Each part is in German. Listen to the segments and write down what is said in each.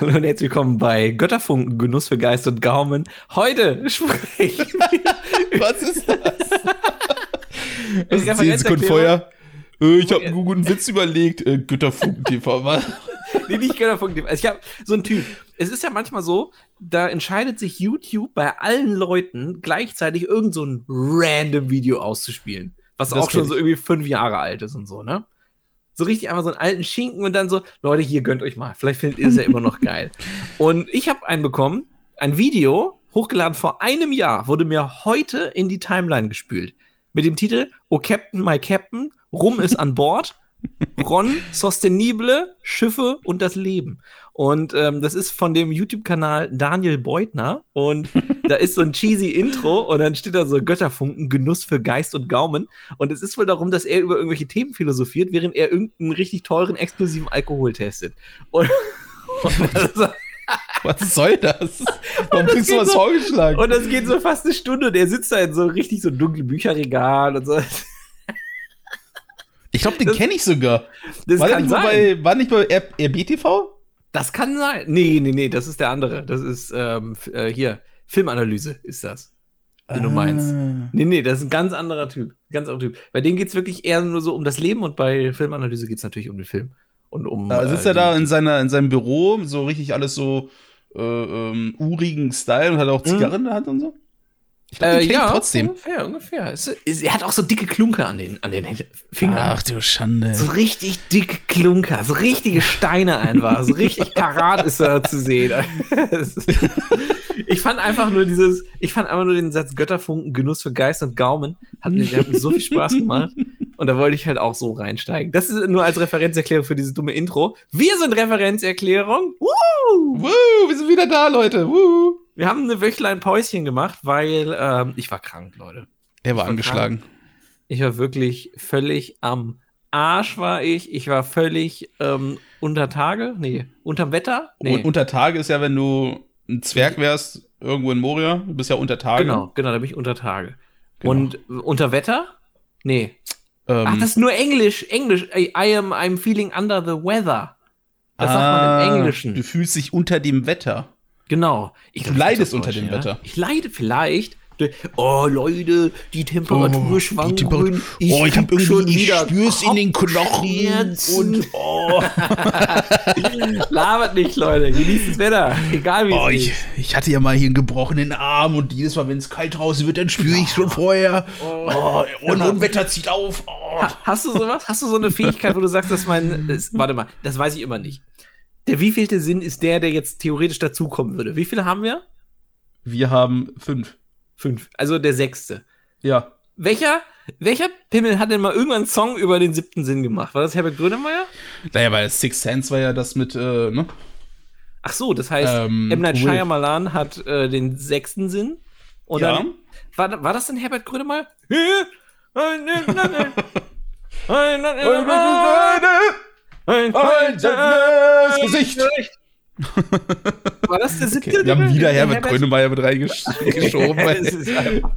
Hallo und herzlich willkommen bei Götterfunken, Genuss für Geist und Gaumen. Heute sprechen Was ist das? Das ist 10 Sekunden Referenzerklärung. Feuer. Äh, Ich habe einen guten Witz überlegt. Äh, Götterfunken TV, Mann. nee, nicht Götterfunken. Also ich habe so einen Typ. Es ist ja manchmal so, da entscheidet sich YouTube bei allen Leuten gleichzeitig irgend so ein random Video auszuspielen, was Das auch schon kenn so irgendwie fünf Jahre alt ist und so, ne? So richtig einfach so einen alten Schinken und dann so, Leute, hier gönnt euch mal. Vielleicht findet ihr es ja immer noch geil. Und ich habe einen bekommen, ein Video, hochgeladen vor einem Jahr, wurde mir heute in die Timeline gespült. Mit dem Titel Oh Captain, my Captain, Rum ist an Bord, Ron, Sostenible, Schiffe und das Leben. Und ähm, das ist von dem YouTube-Kanal Daniel Beutner. Und da ist so ein cheesy Intro und dann steht da so Götterfunken, Genuss für Geist und Gaumen. Und es ist wohl darum, dass er über irgendwelche Themen philosophiert, während er irgendeinen richtig teuren, exklusiven Alkohol testet. Und, und, das, Was soll das? Warum kriegst du geht was so- vorgeschlagen? und das geht so fast eine Stunde und er sitzt da in so richtig so dunklen Bücherregal und so. ich glaube, den das- kenne ich sogar. Das war, der kann nicht mal sein. bei, war nicht bei R- RBTV? Das kann sein. Nee, nee, nee, das ist der andere. Das ist ähm, f- äh, hier, Filmanalyse ist das. Wenn du Ah. meinst. Nee, nee, das ist ein ganz anderer Typ. Ganz anderer Typ. Bei denen geht es wirklich eher nur so um das Leben und bei Filmanalyse geht es natürlich um den Film. Und um. Da sitzt er die- da in, seiner, in seinem Büro, so richtig alles so äh, ähm, urigen Style und hat auch Zigarren in der Hand und so. Ich glaub, den Mhm. Äh, kenn ich ja, trotzdem. Ungefähr, ungefähr. Es, ist- er hat auch so dicke Klunker an den, an den Händen- Fingern. du Schande. So richtig dicke Klunker, so richtige Steine einfach, so richtig Karat ist da zu sehen. ich fand einfach nur dieses, ich fand einfach nur den Satz Götterfunken, Genuss für Geist und Gaumen, hat mir, der hat mir so viel Spaß gemacht. Und da wollte ich halt auch so reinsteigen. Das ist nur als Referenzerklärung für dieses dumme Intro. Wir sind Referenzerklärung. Woo! Woo, wir sind wieder da, Leute. Woo. Wir haben eine Wöchlein Päuschen gemacht, weil ähm, ich war krank, Leute. Er war Ich war angeschlagen. Ich war wirklich völlig am Arsch war ich. Ich war völlig ähm, unter Tage. Nee, unterm Wetter. Nee. Und unter Tage ist ja, wenn du ein Zwerg wärst, irgendwo in Moria, du bist ja unter Tage. genau, genau, da bin ich unter Tage. Genau. Und äh, unter Wetter? Nee. Ähm, Ach, das ist nur Englisch. Englisch. I, I am I'm feeling under the weather. Das sagt man ah, im Englischen. Du fühlst dich unter dem Wetter. Genau. Ich Du glaub, leidest das ist unter Deutsch, dem Wetter. Ich leide vielleicht. Oh, Leute, die Temperatur Oh, die schwankt. Temperatur- oh, ich hab irgendwie- ich spür's in den Knochen Und, und- oh. Labert nicht, Leute. Genießt das Wetter. Egal wie Oh, es ich, ist. ich hatte ja mal hier einen gebrochenen Arm und jedes Mal, wenn es kalt draußen wird, dann spüre ich schon vorher. Oh, und Unwetter zieht auf. Oh. Ha- Hast du sowas? Hast du so eine Fähigkeit, wo du sagst, dass mein. Das, warte mal, das weiß ich immer nicht. Der wievielte Sinn ist der, der jetzt theoretisch dazukommen würde? Wie viele haben wir? Wir haben fünf. Fünf. Also der sechste. Ja. Welcher, welcher Pimmel hat denn mal irgendwann einen Song über den siebten Sinn gemacht? War das Herbert Grönemeyer? Naja, weil Six Sense war ja das mit, äh, ne? Ach so, das heißt, Ähm, M. Night Will. Shyamalan hat äh, den sechsten Sinn. Und Ja. dann, war, war das denn Herbert Grönemeyer? Äh, War äh, Gesicht. das der siebte? Okay, wir haben Sinn? wieder Der Herbert Grönemeyer mit reingeschoben. Es ist halt einfach-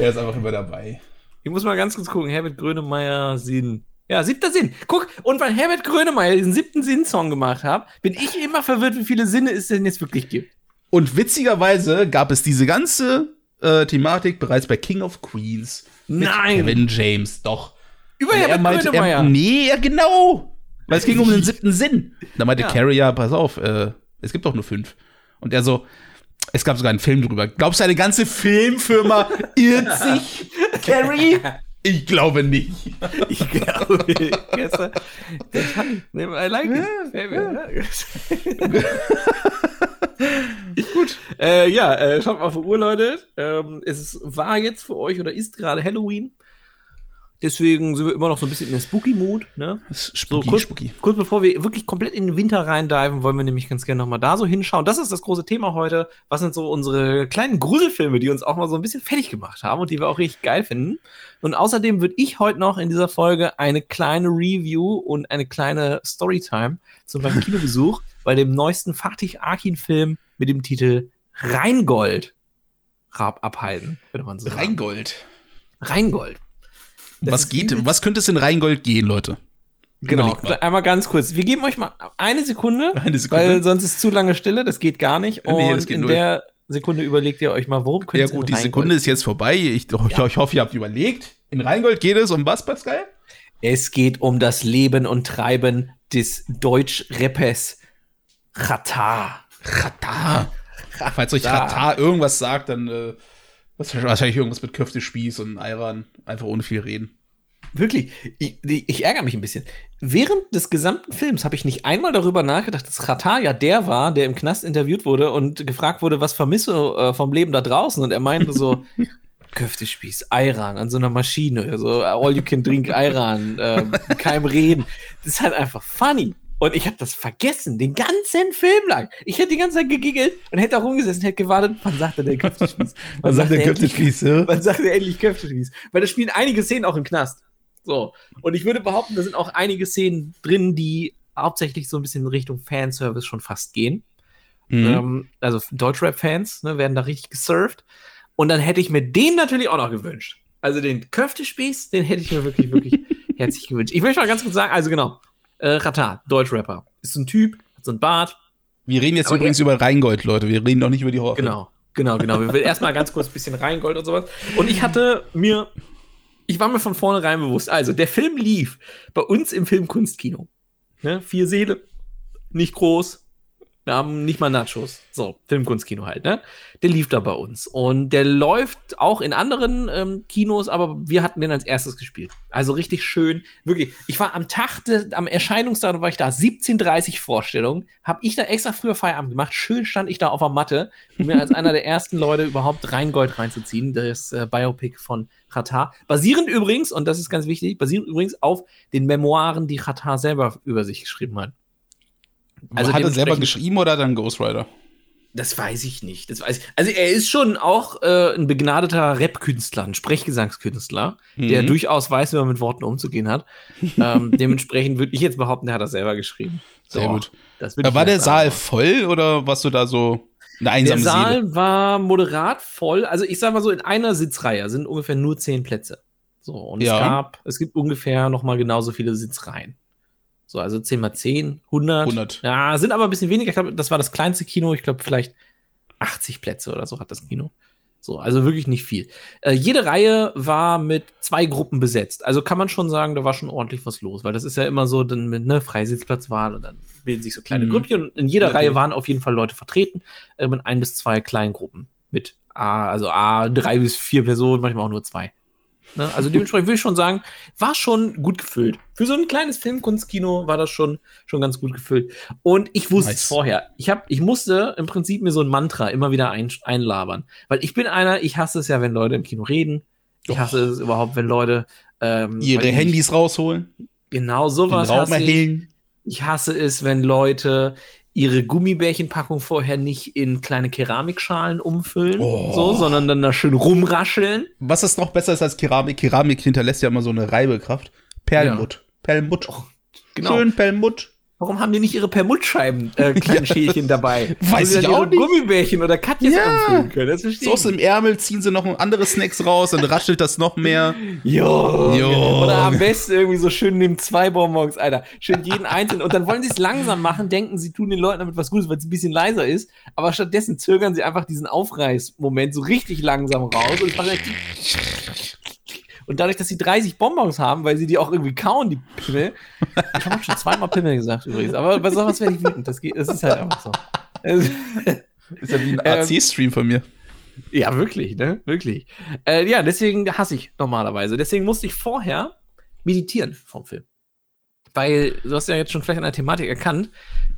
er ist einfach immer dabei. ich muss mal ganz kurz gucken. Herbert Grönemeyer Sinn. Ja, siebter Sinn. Guck, und weil Herbert Grönemeyer diesen siebten Sinn-Song gemacht hat, bin ich immer verwirrt, wie viele Sinne es denn jetzt wirklich gibt. Und witzigerweise gab es diese ganze äh, Thematik bereits bei King of Queens. mit Nein. Kevin James, doch. Über er Herbert meinte, er, Grönemeyer. nee, ja, genau. Weil es ging um den siebten Sinn. Da meinte Ja. Carrie, ja, pass auf, äh, es gibt doch nur fünf. Und er so, es gab sogar einen Film drüber. Glaubst du, eine ganze Filmfirma irrt sich, Carrie? Ich glaube nicht. Ich glaube, gestern. Der kann, I like it. Gut. Äh, ja, äh, schaut mal auf die Uhr, Leute. Ähm, es ist, war jetzt für euch oder ist gerade Halloween. Deswegen sind wir immer noch so ein bisschen in der Spooky-Mood. Ne? Spooky, kurz- spooky. Kurz bevor wir wirklich komplett in den Winter reindiven, wollen wir nämlich ganz gerne nochmal da so hinschauen. Das ist das große Thema heute. Was sind so unsere kleinen Gruselfilme, die uns auch mal so ein bisschen fertig gemacht haben und die wir auch richtig geil finden? Und außerdem würde ich heute noch in dieser Folge eine kleine Review und eine kleine Storytime zu meinem Kinobesuch bei dem neuesten Fatih Akin-Film mit dem Titel Rheingold rab abhalten, würde man so sagen. Rheingold. Rheingold. Das Was ist geht, übelst- was könnte es in Rheingold gehen, Leute? Genau, Überleg mal. einmal ganz kurz. Wir geben euch mal eine Sekunde, Eine Sekunde. weil sonst ist zu lange Stille, das geht gar nicht. Und Nee, das geht in null. der Sekunde überlegt ihr euch mal, worum könnt ja ihr gut, die Sekunde ist jetzt vorbei. Ich, oh, ich, ich hoffe, ihr habt überlegt. In Rheingold geht es um was, Pascal? Es geht um das Leben und Treiben des Deutsch-Rappers Chata. Radar. Falls euch Radar irgendwas sagt, dann äh, was- wahrscheinlich irgendwas mit Köftespieß und Ayran. Einfach ohne viel reden. Wirklich, ich, die- ich ärgere mich ein bisschen. Während des gesamten Films habe ich nicht einmal darüber nachgedacht, dass Chata ja der war, der im Knast interviewt wurde und gefragt wurde, was vermisse äh, vom Leben da draußen. Und er meinte so, Köftespieß, Ayran an so einer Maschine, so all you can drink Ayran, äh, keinem Reden. Das ist halt einfach funny. Und ich habe das vergessen, den ganzen Film lang. Ich hätte die ganze Zeit gegiggelt und hätte da rumgesessen, hätte gewartet, wann sagt er der Köftespieß? Wann sagt er endlich ja? man sagt ja endlich Köftespieß. Weil da spielen einige Szenen auch im Knast. So. Und ich würde behaupten, da sind auch einige Szenen drin, die hauptsächlich so ein bisschen in Richtung Fanservice schon fast gehen. Mhm. Ähm, also Deutschrap-Fans ne, werden da richtig gesurft. Und dann hätte ich mir den natürlich auch noch gewünscht. Also den Köftespieß, den hätte ich mir wirklich, wirklich herzlich gewünscht. Ich möchte mal ganz kurz sagen, also genau, äh, Rata, Deutschrapper. Ist ein Typ, hat so einen Bart, Wir reden jetzt Aber übrigens über Rheingold, Leute. Wir reden doch nicht über die Horror. Genau, genau, genau. Wir will erstmal ganz kurz ein bisschen Reingold und sowas. Und ich hatte mir, ich war mir von vornherein bewusst, also der Film lief bei uns im Filmkunstkino. Ne? Vier Seele, nicht groß, wir haben nicht mal Nachos. So, Filmkunstkino halt, ne? Der lief da bei uns. Und der läuft auch in anderen ähm, Kinos, aber wir hatten den als erstes gespielt. Also richtig schön. Wirklich, ich war am Tag, des, am Erscheinungsdatum war ich da, 17.30 Vorstellung. Hab ich da extra früher Feierabend gemacht. Schön stand ich da auf der Matte, um mir als einer der ersten Leute überhaupt Rheingold reinzuziehen. Das äh, Biopic von Chata. Basierend übrigens, und das ist ganz wichtig, basierend übrigens auf den Memoiren, die Chata selber über sich geschrieben hat. Also hat er selber dementsprechend- geschrieben oder dann Ghost Rider? Das weiß ich nicht. Das weiß ich. Also er ist schon auch äh, ein begnadeter Rap-Künstler, ein Sprechgesangskünstler, der Mhm. durchaus weiß, wie man mit Worten umzugehen hat. ähm, dementsprechend würde ich jetzt behaupten, der hat das selber geschrieben. Sehr gut. Das würd Äh, ich War der jetzt sagen. Saal voll oder warst du da so eine Der einsame Saal Seele? war moderat voll. Also ich sag mal so, in einer Sitzreihe sind ungefähr nur zehn Plätze. So, und Ja. es gab, es gibt ungefähr nochmal genauso viele Sitzreihen. So, also 10 mal 10, 100. 100. Ja, sind aber ein bisschen weniger. Ich glaube, das war das kleinste Kino. Ich glaube, vielleicht 80 Plätze oder so hat das Kino. So, also wirklich nicht viel. Äh, jede Reihe war mit zwei Gruppen besetzt. Also kann man schon sagen, da war schon ordentlich was los, weil das ist ja immer so dann mit ne, Freisitzplatzwahl und dann bilden sich so kleine Mhm. Grüppchen. Und in jeder Okay. Reihe waren auf jeden Fall Leute vertreten äh, mit ein bis zwei kleinen Gruppen. Mit A, also A, drei bis vier Personen, manchmal auch nur zwei. Ne? Also dementsprechend würde ich schon sagen, war schon gut gefüllt. Für so ein kleines Filmkunstkino war das schon, schon ganz gut gefüllt. Und ich wusste Nice. es vorher. Ich, hab, ich musste im Prinzip mir so ein Mantra immer wieder ein, einlabern. Weil ich bin einer, ich hasse es ja, wenn Leute im Kino reden. Ich Och. hasse es überhaupt, wenn Leute ähm, weiß Ihre ich nicht, Handys rausholen, genau den sowas Raum hasse ich. erhellen. ich hasse es, wenn Leute ihre Gummibärchenpackung vorher nicht in kleine Keramikschalen umfüllen, Oh. so, sondern dann da schön rumrascheln. Was ist noch besser ist als Keramik? Keramik hinterlässt ja immer so eine Reibekraft. Perlmutt. Perlmutt. Genau. Schön Perlmutt. Warum haben die nicht ihre Permutscheiben äh, kleinen Schälchen dabei? Weiß Wo sie ich dann auch ihre nicht. Gummibärchen oder Katjes Ja. anfüllen können. Das verstehe Soße ich. im Ärmel, ziehen sie noch ein anderes Snacks raus, dann raschelt das noch mehr. Jo. Jo. Oder am besten irgendwie so schön neben zwei Bonbons, Alter. Schön jeden einzelnen. Und dann wollen sie es langsam machen, denken, sie tun den Leuten damit was Gutes, weil es ein bisschen leiser ist. Aber stattdessen zögern sie einfach diesen Aufreißmoment so richtig langsam raus. Und, es macht halt und dadurch, dass sie 30 Bonbons haben, weil sie die auch irgendwie kauen, die Pimmel. Ich habe schon zweimal Pimmel gesagt übrigens. Aber bei sowas werde ich wütend. Das, geht, das ist halt einfach so. Also- Ist ja wie ein Ähm. AC-Stream von mir. ja, wirklich, ne? Wirklich. Äh, ja, deswegen hasse ich normalerweise. Deswegen musste ich vorher meditieren vom Film. Weil, du hast ja jetzt schon vielleicht an der Thematik erkannt,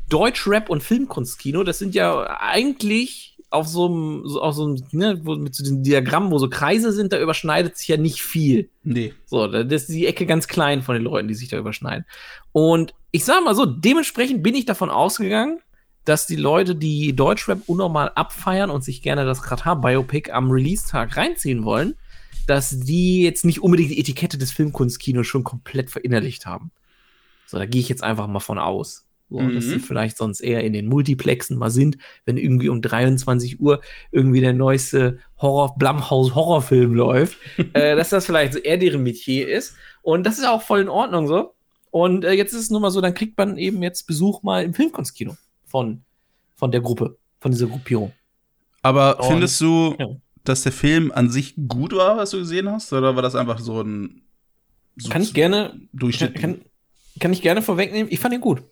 Deutschrap und Filmkunstkino, das sind ja eigentlich auf so einem, so, auf so einem ne, wo, mit so diesen Diagrammen, wo so Kreise sind, da überschneidet sich ja nicht viel. Nee. So, da- das ist die Ecke ganz klein von den Leuten, die sich da überschneiden. Und ich sage mal so, dementsprechend bin ich davon ausgegangen, dass die Leute, die Deutschrap unnormal abfeiern und sich gerne das Katar-Biopic am Release-Tag reinziehen wollen, dass die jetzt nicht unbedingt die Etikette des Filmkunstkinos schon komplett verinnerlicht haben. So, da gehe ich jetzt einfach mal von aus. So, Mhm. Dass sie vielleicht sonst eher in den Multiplexen mal sind, wenn irgendwie um 23 Uhr irgendwie der neueste Horror, Blumhouse Horrorfilm läuft, äh, dass das vielleicht so eher deren Metier ist. Und das ist auch voll in Ordnung so. Und äh, jetzt ist es nun mal so, dann kriegt man eben jetzt Besuch mal im Filmkunstkino von, von der Gruppe, von dieser Gruppierung. Aber Und- findest Oh, du, Ja. dass der Film an sich gut war, was du gesehen hast? Oder war das einfach so ein so Kann ich gerne Durchschnitt? Kann, kann, kann ich gerne vorwegnehmen. Ich fand ihn gut.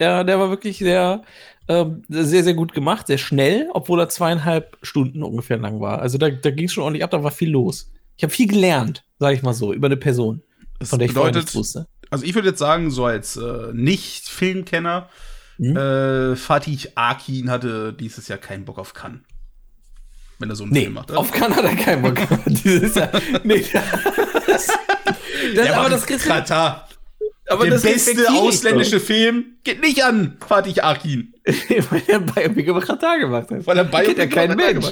Der, der war wirklich sehr, ähm, sehr, sehr gut gemacht, sehr schnell, obwohl er zweieinhalb Stunden ungefähr lang war. Also da, da ging es schon ordentlich ab, da war viel los. Ich habe viel gelernt, sage ich mal so, über eine Person, Das von der ich vorher nichts bedeutet, wusste. also ich würde jetzt sagen, so als äh, Nicht-Filmkenner, Mhm. äh, Fatih Akin hatte dieses Jahr keinen Bock auf Cannes. Wenn er so einen Nee, Film macht. auf Kanada kein Bock. Dieses Jahr. Nee, das, das, Der aber macht das kriegst du- Katar. aber Der das beste respektiere ich ausländische Film geht nicht an Fatih Akin. doch. Weil er Biopic über Katar gemacht hat. Weil er bei Kennt ja kein Mensch.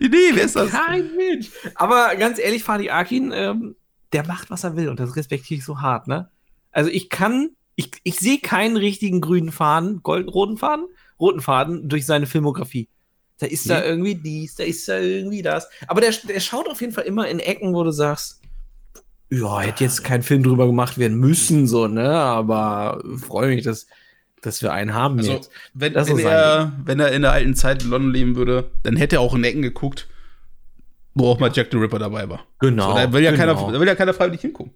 Nee, wer ist das? Kein Mensch. Aber ganz ehrlich, Fadi Akin, ähm, der macht, was er will und das respektiere ich so hart, ne? Also ich kann, ich, ich sehe keinen richtigen grünen Faden, golden, roten Faden, roten Faden durch seine Filmografie. Da ist da Nee. irgendwie dies, da ist da irgendwie das. Aber der, der schaut auf jeden Fall immer in Ecken, wo du sagst, ja, hätte jetzt kein Film drüber gemacht werden müssen, so, ne? Aber freue mich, dass, dass wir einen haben Also, jetzt. wenn, Das wenn, ist er, wenn er in der alten Zeit in London leben würde, dann hätte er auch in Ecken geguckt, wo auch mal Jack the Ripper dabei war. Genau. so, da, will ja genau. keiner, da will ja keiner freiwillig hingucken.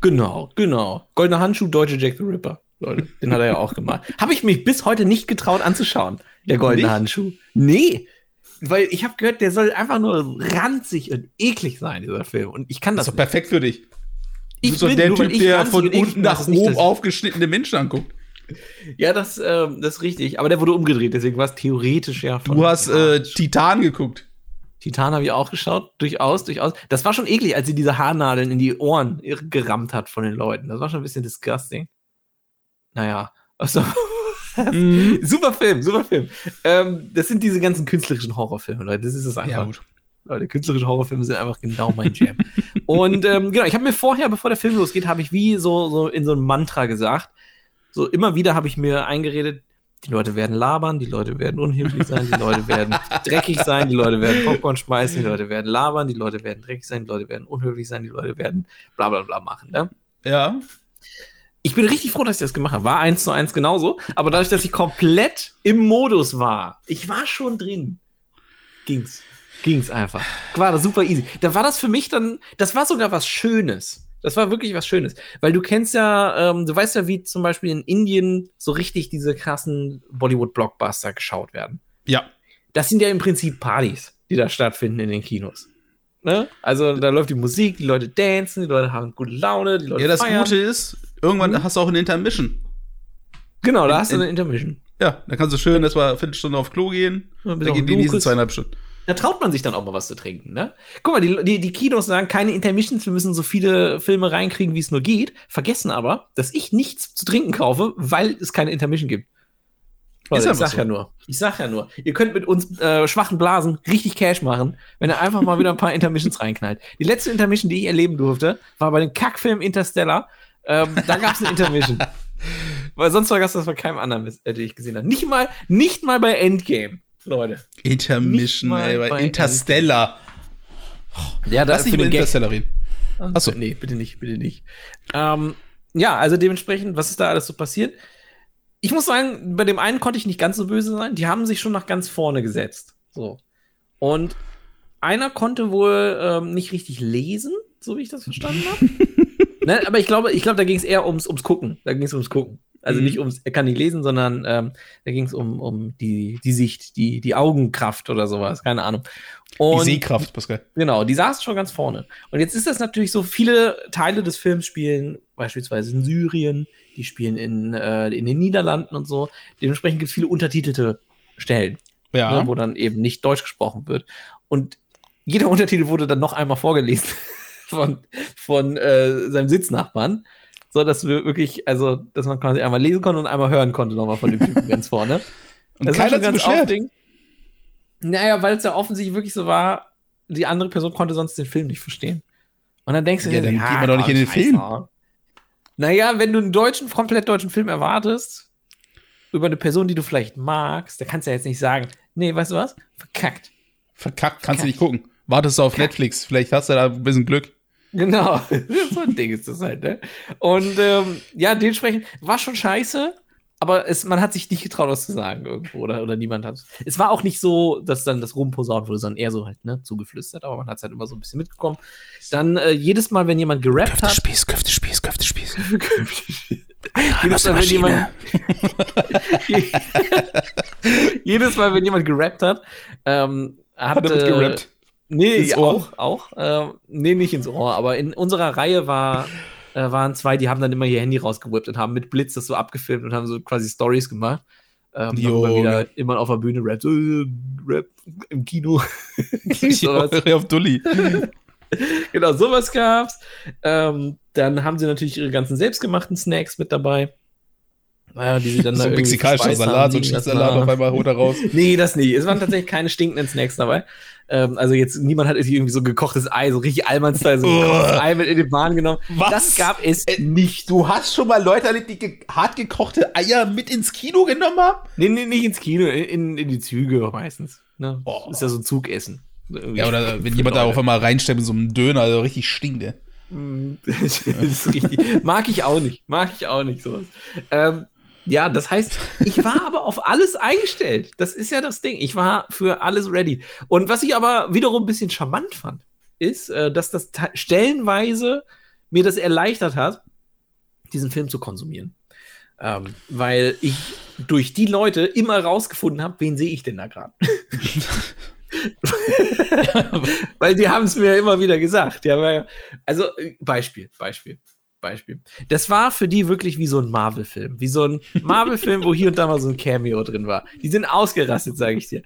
Genau, genau. Goldener Handschuh, deutsche Jack the Ripper. Leute, den hat er ja auch gemacht. Habe ich mich bis heute nicht getraut anzuschauen, der goldene Nicht? Handschuh. Nee, weil ich habe gehört, der soll einfach nur ranzig und eklig sein, dieser Film. Und ich kann Das das ist doch perfekt für dich. Du Ich bist doch bin der nur, Typ, weil ich der ranzig von und eklig unten bin, das nach ist nicht oben das- aufgeschnittene Menschen anguckt. nicht. Ja, das, ähm, das ist richtig. Aber der wurde umgedreht, deswegen war es theoretisch ja von Du hast äh, Titan geguckt. Titan habe ich auch geschaut, durchaus, durchaus. Das war schon eklig, als sie diese Haarnadeln in die Ohren gerammt hat von den Leuten. Das war schon ein bisschen disgusting. Naja, also Mhm. Super Film, super Film. Ähm, das sind diese ganzen künstlerischen Horrorfilme, Leute. Das ist es einfach. Ja, gut. Leute, künstlerische Horrorfilme sind einfach genau mein Jam. Und ähm, genau, ich habe mir vorher, bevor der Film losgeht, habe ich wie so, so in so einem Mantra gesagt. So immer wieder habe ich mir eingeredet, die Leute werden labern, die Leute werden unhöflich sein, die Leute werden dreckig sein, die Leute werden Popcorn schmeißen, die Leute werden labern, die Leute werden dreckig sein, die Leute werden unhöflich sein, die Leute werden bla bla bla machen. Ne? Ja. Ich bin richtig froh, dass ich das gemacht habe. War eins zu eins genauso. Aber dadurch, dass ich komplett im Modus war, ich war schon drin, ging's. Ging's einfach. War das super easy. Da war das für mich dann, das war sogar was Schönes. Das war wirklich was Schönes. Weil du kennst ja, ähm, du weißt ja, wie zum Beispiel in Indien so richtig diese krassen Bollywood-Blockbuster geschaut werden. Ja. Das sind ja im Prinzip Partys, die da stattfinden in den Kinos. Ne? Also da läuft die Musik, die Leute dancen, die Leute haben gute Laune, die Leute Ja, das feiern. Mhm. Gute ist, irgendwann hast du auch eine Intermission. Genau, da hast du in- eine Intermission. Ja, dann kannst du schön erstmal eine Viertelstunde auf Klo gehen. Dann Dann bist du geht auf die Lucas. nächsten zweieinhalb Stunden. Da traut man sich dann auch mal was zu trinken, ne? Guck mal, die, die, die Kinos sagen, keine Intermissions, wir müssen so viele Filme reinkriegen, wie es nur geht, vergessen aber, dass ich nichts zu trinken kaufe, weil es keine Intermission gibt. Leute, ich einfach sag so. ja nur. Ich sag ja nur. Ihr könnt mit uns äh, schwachen Blasen richtig Cash machen, wenn ihr einfach mal wieder ein paar Intermissions reinknallt. Die letzte Intermission, die ich erleben durfte, war bei dem Kackfilm Interstellar. Ähm, da gab es eine Intermission. Weil sonst vergaß das bei keinem anderen, äh, den ich gesehen habe. Nicht mal, nicht mal bei Endgame, Leute. Nicht Intermission, mal ey, bei bei Interstellar. Ja, Lass nicht über Interstellar reden. Achso. Nee, bitte nicht, bitte nicht. Ähm, ja, also dementsprechend, was ist da alles so passiert? Ich muss sagen, bei dem einen konnte ich nicht ganz so böse sein. Die haben sich schon nach ganz vorne gesetzt. So. Und einer konnte wohl ähm, nicht richtig lesen, so wie ich das verstanden habe. ne, aber ich glaube, ich glaube, da ging es eher ums, ums Gucken. Da ging es ums Gucken. Also Mhm. nicht ums, er kann nicht lesen, sondern ähm, da ging es um, um die, die Sicht, die, die Augenkraft oder sowas. Keine Ahnung. Die Und Sehkraft, Pascal. Genau, die saß schon ganz vorne. Und jetzt ist das natürlich so, viele Teile des Films spielen beispielsweise in Syrien, die spielen in, äh, in den Niederlanden und so. Dementsprechend gibt es viele untertitelte Stellen, ne, wo dann eben nicht Deutsch gesprochen wird. Und jeder Untertitel wurde dann noch einmal vorgelesen von, von äh, seinem Sitznachbarn. So, dass wir wirklich, also, dass man quasi einmal lesen konnte und einmal hören konnte, nochmal von dem Typen ganz vorne. Und Das ist keiner schon zu ganz beschwert. aufregend. Naja, weil es ja offensichtlich wirklich so war, die andere Person konnte sonst den Film nicht verstehen. Und dann denkst du Ja, dir, dann geht man doch nicht in den scheiße. Film. Naja, wenn du einen deutschen, komplett deutschen Film erwartest, über eine Person, die du vielleicht magst, da kannst du ja jetzt nicht sagen, nee, weißt du was? Verkackt. Verkackt, kannst du nicht gucken. Wartest du auf Netflix, vielleicht hast du da ein bisschen Glück. Genau, so ein Ding ist das halt, ne? Und ähm, ja, dementsprechend war schon scheiße, aber es, man hat sich nicht getraut, was zu sagen irgendwo oder, oder niemand hat. Es war auch nicht so, dass dann das rumposaunt wurde, sondern eher so halt, ne, zugeflüstert, aber man hat es halt immer so ein bisschen mitgekommen. Dann äh, jedes Mal, wenn jemand gerappt hat, Spieß, Köfte, Spieß, Köfte, Spieß. jedes Mal, wenn jemand, jedes Mal, wenn jemand gerappt hat, ähm, hat, Hat damit äh, gerappt. Nee, Ins ja, Ohr? auch, auch. Äh, nee, nicht ins Ohr, aber in unserer Reihe war, äh, waren zwei, die haben dann immer ihr Handy rausgewippt und haben mit Blitz das so abgefilmt und haben so quasi Stories gemacht. Ähm, Jo. immer wieder immer auf der Bühne rappt, äh, Rap im Kino. Ich Sowas. höre auf Dulli. genau, sowas gab's. Ähm, dann haben sie natürlich ihre ganzen selbstgemachten Snacks mit dabei. Naja, die sie dann So da ein irgendwie mexikanischer verspeist haben, Salat, so ein liegen lassen Schießsalat, haben. auf einmal holt er raus. Nee, das nicht. Es waren tatsächlich keine stinkenden Snacks dabei. Ähm, also jetzt, niemand hat irgendwie so gekochtes Ei, so richtig Allmann-Style, so Uah. gekochtes Ei mit in den Bahn genommen. Was? Äh, Das gab es nicht. Du hast schon mal Leute erlebt, die ge hart gekochte Eier mit ins Kino genommen haben? Nee, nee, nicht ins Kino, in, in die Züge meistens. Ne? Oh. Ist ja so ein Zugessen. Irgendwie. Ja, oder wenn jemand da auf einmal reinsteppt mit so einem Döner, also richtig stinkt, der. Mm, das ist richtig. Mag ich auch nicht. Mag ich auch nicht sowas. Ähm, ja, das heißt, ich war aber auf alles eingestellt. Das ist ja das Ding. Ich war für alles ready. Und was ich aber wiederum ein bisschen charmant fand, ist, äh, dass das ta- stellenweise mir das erleichtert hat, diesen Film zu konsumieren. Ähm, weil ich durch die Leute immer rausgefunden habe, wen sehe ich denn da gerade. Weil die haben es mir immer wieder gesagt. Die haben ja, also äh, Beispiel, Beispiel, Beispiel. Das war für die wirklich wie so ein Marvel-Film. Wie so ein Marvel-Film, wo hier und da mal so ein Cameo drin war. Die sind ausgerastet, sage ich dir.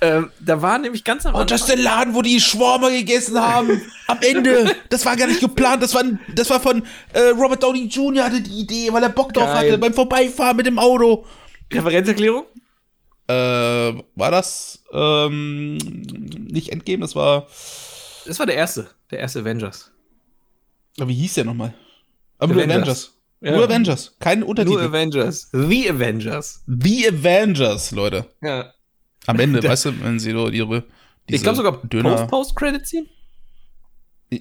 Ähm, da war nämlich ganz am Und Oh, das ist der Laden, wo die Schwarmer gegessen haben. Am Ende. Das war gar nicht geplant. Das war, ein- das war von äh, Robert Downey Jr. hatte die Idee, weil er Bock drauf Geil. hatte beim Vorbeifahren mit dem Auto. Referenzerklärung? Äh, war das ähm, nicht Endgame? Das war. Das war der erste, der erste Avengers. Wie hieß der nochmal? Aber nur Avengers. Avengers. Ja. Nur Avengers. Kein Untertitel. Nur Avengers. The Avengers. The Avengers, Leute. Ja. Am Ende, Da- weißt du, wenn sie so ihre. Ich glaube sogar Döner. Post-Post-Credit-Scene?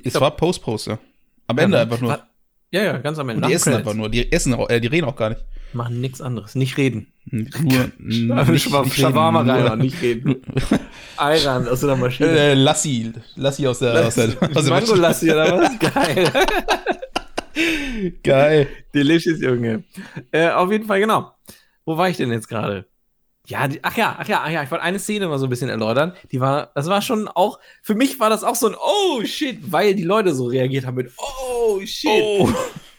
es war Post-Post, ja. Am Ende einfach nur. War- ne? Ja, ja, ganz am Ende. Und die Nach essen Credits. einfach nur. Die essen, auch- äh, die reden auch gar nicht. Machen nichts anderes. Nicht reden. Nur. Schwa- Shawarma rein, nicht reden. Ei ran aus so einer Maschine. Äh, Lassi. Lassi aus der. Aus der, aus der Mango Lassi oder was? Geil. Geil. Delicious, Junge. Äh, auf jeden Fall, genau. Wo war ich denn jetzt gerade? Ja, die, ach ja, ach ja, ach ja, ich wollte eine Szene mal so ein bisschen erläutern. Die war, das war schon auch, für mich war das auch so ein Oh shit, weil die Leute so reagiert haben mit Oh shit. Oh.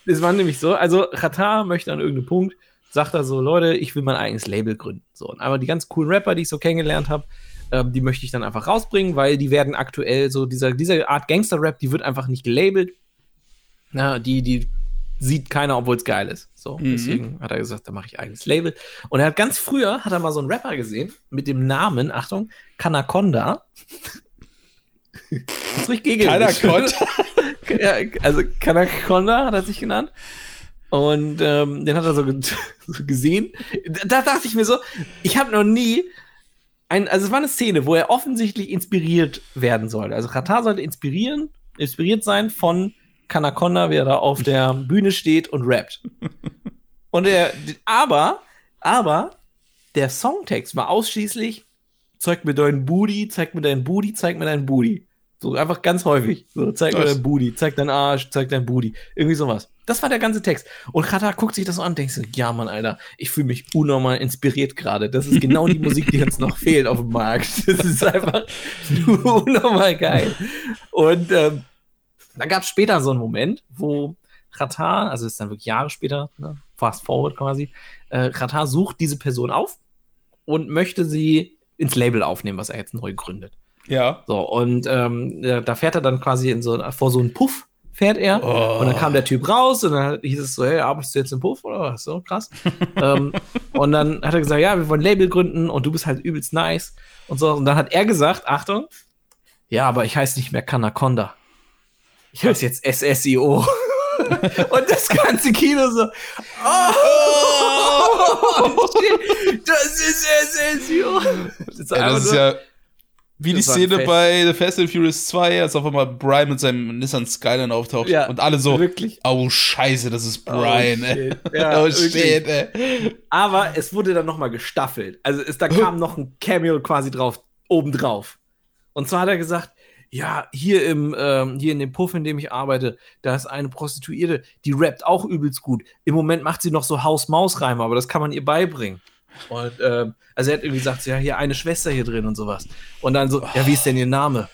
Das war nämlich so, also Qatar möchte an irgendeinem Punkt, sagt er so, Leute, ich will mein eigenes Label gründen. So, und einmal die ganz coolen Rapper, die ich so kennengelernt habe, ähm, die möchte ich dann einfach rausbringen, weil die werden aktuell so, dieser, diese Art Gangster-Rap, die wird einfach nicht gelabelt. Na, die, die sieht keiner, obwohl es geil ist. So, Mhm. deswegen hat er gesagt, da mache ich eigenes Label. Und er hat ganz früher, hat er mal so einen Rapper gesehen mit dem Namen, Achtung, Kanaconda. Muss ich gegen Keiner konnte. ja, also Kanaconda hat er sich genannt. Und ähm, den hat er so, ge so gesehen. Da, da dachte ich mir so, ich habe noch nie. Ein, also es war eine Szene, wo er offensichtlich inspiriert werden sollte. Also Katar sollte inspirieren, inspiriert sein von Kanaconda, wie er da auf der Bühne steht und rappt. Und er, aber, aber der Songtext war ausschließlich zeig mir deinen Booty, zeig mir deinen Booty, zeig mir deinen Booty. So einfach ganz häufig. So, zeig mir Nice. deinen Booty, zeig deinen Arsch, zeig deinen Booty. Irgendwie sowas. Das war der ganze Text. Und Kata guckt sich das an und denkt so, ja Mann, Alter, ich fühle mich unnormal inspiriert gerade. Das ist genau die Musik, die uns noch fehlt auf dem Markt. Das ist einfach nur unnormal geil. Und ähm, dann gab es später so einen Moment, wo Qatar, also das ist dann wirklich Jahre später, ne, fast forward quasi, äh, Qatar sucht diese Person auf und möchte sie ins Label aufnehmen, was er jetzt neu gründet. Ja. So, und ähm, ja, da fährt er dann quasi in so, vor so einen Puff, fährt er. Oh. Und dann kam der Typ raus und dann hieß es so, hey, arbeitest du jetzt im Puff oder was? So, krass. ähm, und dann hat er gesagt, ja, wir wollen ein Label gründen und du bist halt übelst nice und so. Und dann hat er gesagt, Achtung, ja, aber ich heiße nicht mehr Kanaconda. Ich heiße jetzt SSIO. und das ganze Kino so, Oh. oh, shit, das ist SSIO. Das ist, Ey, einfach das ist nur- ja Wie die Das war ein Szene Fest. bei The Fast and Furious 2, als auf einmal Brian mit seinem Nissan Skyline auftaucht Ja, und alle so, Wirklich. oh scheiße, das ist Brian, Oh, ey. shit. Ja, oh wirklich. shit, ey. Aber es wurde dann nochmal gestaffelt. Also es, da kam noch ein Cameo quasi drauf, obendrauf. Und zwar hat er gesagt, ja, hier im, ähm, hier in dem Puff, in dem ich arbeite, da ist eine Prostituierte, die rappt auch übelst gut. Im Moment macht sie noch so Haus-Maus-Reime, aber das kann man ihr beibringen. Und ähm, also er hat irgendwie gesagt, ja, hier eine Schwester hier drin und sowas. Und dann so, ja, wie ist denn ihr Name?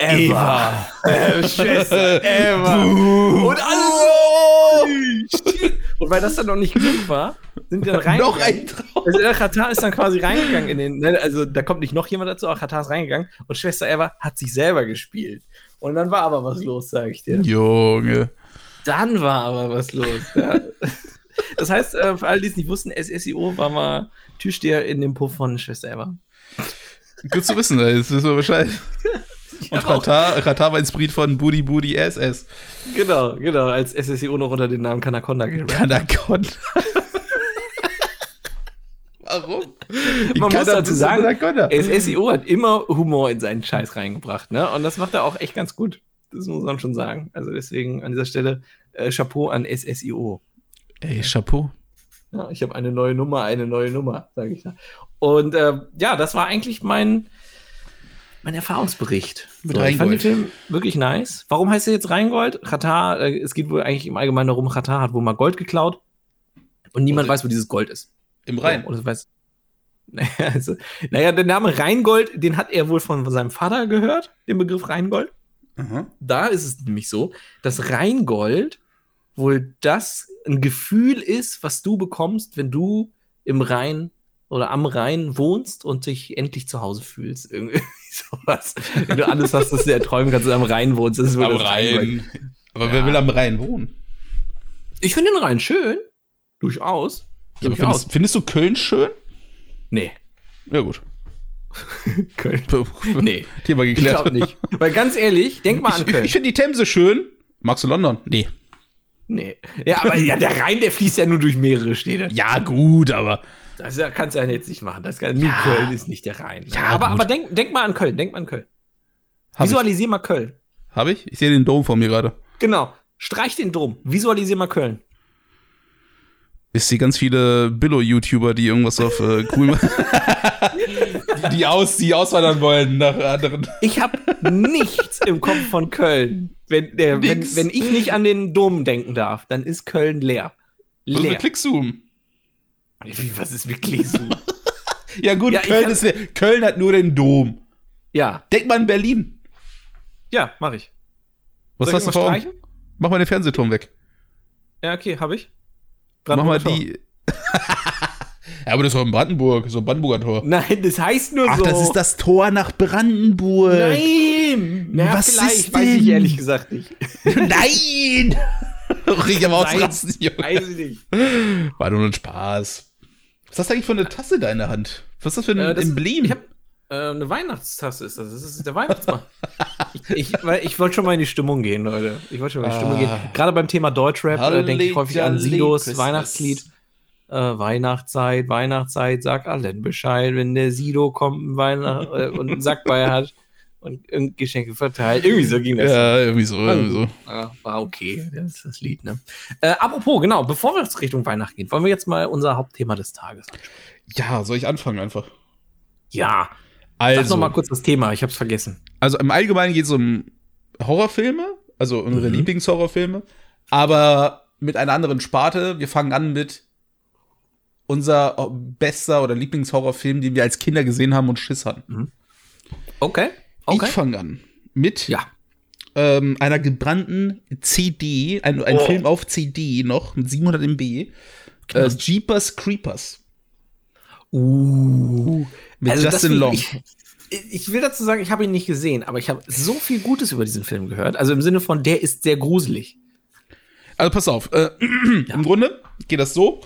Eva. Schwester, Eva. Buh. Und alle so. shit. Und weil das dann noch nicht genug war, sind wir dann rein. Noch ein Traum. Also der Katar ist dann quasi reingegangen in den, ne, also da kommt nicht noch jemand dazu, aber Katar ist reingegangen und Schwester Eva hat sich selber gespielt. Und dann war aber was los, sage ich dir. Junge. Dann war aber was los. Ja. Das heißt, äh, für alle, die es nicht wussten, SSIO war mal Türsteher in dem Puff von Schwester Eva. Gut zu wissen, ey, jetzt wissen wir Bescheid. Und Ratar, Ratar war inspiriert von Booty Booty SS. Genau, genau, als SSIO noch unter dem Namen Kanaconda gerappt. Kanaconda. Warum? Wie Man kann muss das dazu so sagen, Kanaconda? SSIO hat immer Humor in seinen Scheiß reingebracht, ne? Und das macht er auch echt ganz gut. Das muss man schon sagen. Also deswegen an dieser Stelle äh, Chapeau an SSIO. Ey, Chapeau. Ja, ich habe eine neue Nummer, eine neue Nummer, sage ich da. Und äh, ja, das war eigentlich mein, mein Erfahrungsbericht. Mit ich fand den Rheingold. Film wirklich nice. Warum heißt er jetzt Rheingold? Katar, äh, es geht wohl eigentlich im Allgemeinen darum, Katar hat wohl mal Gold geklaut und niemand Und- weiß, wo dieses Gold ist. Im Rhein. So, Oder weiß. Naja, also, naja, der Name Rheingold, den hat er wohl von seinem Vater gehört, den Begriff Rheingold Aha. da ist es nämlich so, dass Rheingold wohl das ein Gefühl ist, was du bekommst, wenn du im Rhein oder am Rhein wohnst und dich endlich zu Hause fühlst. Irgendwie sowas. Wenn du alles hast, was du erträumen kannst und am Rhein wohnst. Das ist wohl Am das Rheingold. Rhein. Aber wer will am Rhein wohnen? Ich finde den Rhein schön. Durchaus. Aber findest, findest du Köln schön? Nee. Ja, gut. Köln. Nee. Thema Ich geklärt. glaube nicht. Weil ganz ehrlich, denk mal an Ich, Köln. ich finde die Themse schön. Magst du London? Nee. nee. Ja, aber ja, der Rhein, der fließt ja nur durch mehrere Städte. Ja, gut, aber. Das ja- kannst du ja jetzt nicht machen. Das kann, nur Ja. Köln ist nicht der Rhein. Ja, aber gut. aber denk, denk mal an Köln, denk mal an Köln. Hab ich. Visualisier mal Köln. Hab ich? Ich sehe den Dom vor mir gerade. Genau. Streich den Dom. Visualisier mal Köln. Ich sehe ganz viele Billo-YouTuber, die irgendwas auf äh, cool machen. die, aus, die auswandern wollen nach anderen. Ich habe nichts im Kopf von Köln. Wenn, der, wenn, Nix. wenn ich nicht an den Dom denken darf, dann ist Köln leer. Was ist Leer. mit Klickzoom? Wie, Was ist wirklich so? Ja, gut, Ja, ich Köln, hab- ist, Köln hat nur den Dom. ja, Denk mal an Berlin. ja, mache ich. Was Soll hast ich du mal vor? Augen? streichen? Mach mal den Fernsehturm weg. Ja, okay, habe ich. Mach mal Brandenburger Tor. die. ja, aber das war in Brandenburg, so ein Brandenburger Tor. Nein, das heißt nur Ach, so. das ist das Tor nach Brandenburg. Nein! Na, Was ist vielleicht, weiß ich denn? ehrlich gesagt nicht. Nein! Riech aber Nein. ausrasten, Junge. Weiß ich nicht. War nur ein Spaß. Was hast du eigentlich für eine Tasse da in der Hand? Was ist das für ein Äh, das- Emblem? ich hab- Äh, eine Weihnachtstasse ist das. Das ist der Weihnachtsmann. ich weil ich wollte schon mal in die Stimmung gehen, Leute. Ich wollte schon mal in die Stimmung Ah. gehen. Gerade beim Thema Deutschrap äh, denke ich häufig an Halli- Sidos Christmas. Weihnachtslied. Äh, Weihnachtszeit, Weihnachtszeit, sag allen Bescheid, wenn der Sido kommt und Weihnacht, äh, und einen Sack bei hat und, und Geschenke verteilt. Irgendwie so ging das. Ja, irgendwie so, irgendwie so. Ah, war okay, das ist das Lied, ne? Äh, apropos, genau, bevor wir jetzt Richtung Weihnachten gehen, wollen wir jetzt mal unser Hauptthema des Tages anschauen. Ja, soll ich anfangen einfach? Ja, sag Also, noch mal kurz das Thema, ich hab's vergessen. also im Allgemeinen geht es um Horrorfilme, also unsere Mhm. Lieblingshorrorfilme, aber mit einer anderen Sparte. Wir fangen an mit unser bester oder Lieblingshorrorfilm, den wir als Kinder gesehen haben und Schiss hatten. Okay, okay. Ich fange an mit ja. ähm, einer gebrannten CD, ein, ein Oh. Film auf CD noch mit 700 MB, äh, Jeepers Creepers Uh. mit Also das Justin will Long. Ich, ich will dazu sagen, ich habe ihn nicht gesehen, aber ich habe so viel Gutes über diesen Film gehört. Also im Sinne von, der ist sehr gruselig. Also pass auf, äh, im Grunde geht das so.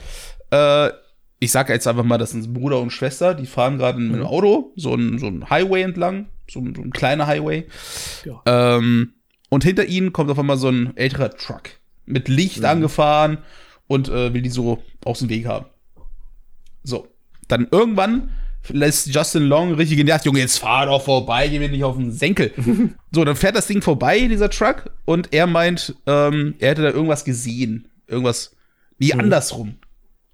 Äh, ich sage jetzt einfach mal, das sind Bruder und Schwester, die fahren gerade mit dem Auto, so ein, so ein Highway entlang, so ein, so ein kleiner Highway. Ja. Ähm, und hinter ihnen kommt auf einmal so ein älterer Truck mit Licht angefahren und äh, will die so aus dem Weg haben. So, dann irgendwann lässt Justin Long richtig genervt, Junge, jetzt fahr doch vorbei, geh mir nicht auf den Senkel. so, dann fährt das Ding vorbei, dieser Truck, und er meint, ähm, er hätte da irgendwas gesehen. Irgendwas, wie Mhm. andersrum.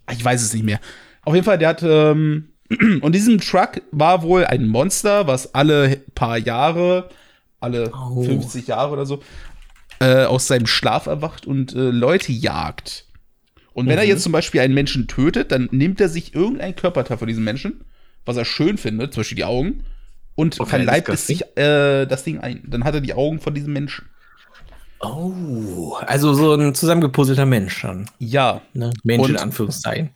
Ah, Ich weiß es nicht mehr. Auf jeden Fall, der hat, ähm, und diesem Truck war wohl ein Monster, was alle paar Jahre, alle Oh. 50 Jahre oder so, äh, aus seinem Schlaf erwacht und äh, Leute jagt. Und wenn er Mhm. jetzt zum Beispiel einen Menschen tötet, dann nimmt er sich irgendein Körperteil von diesem Menschen, was er schön findet, zum Beispiel die Augen, und Okay, verleibt es disgusting. sich äh, das Ding ein. Dann hat er die Augen von diesem Menschen. Oh, also so ein zusammengepuzzelter Mensch schon. Ja, Ne? Mensch Und- in Anführungszeichen.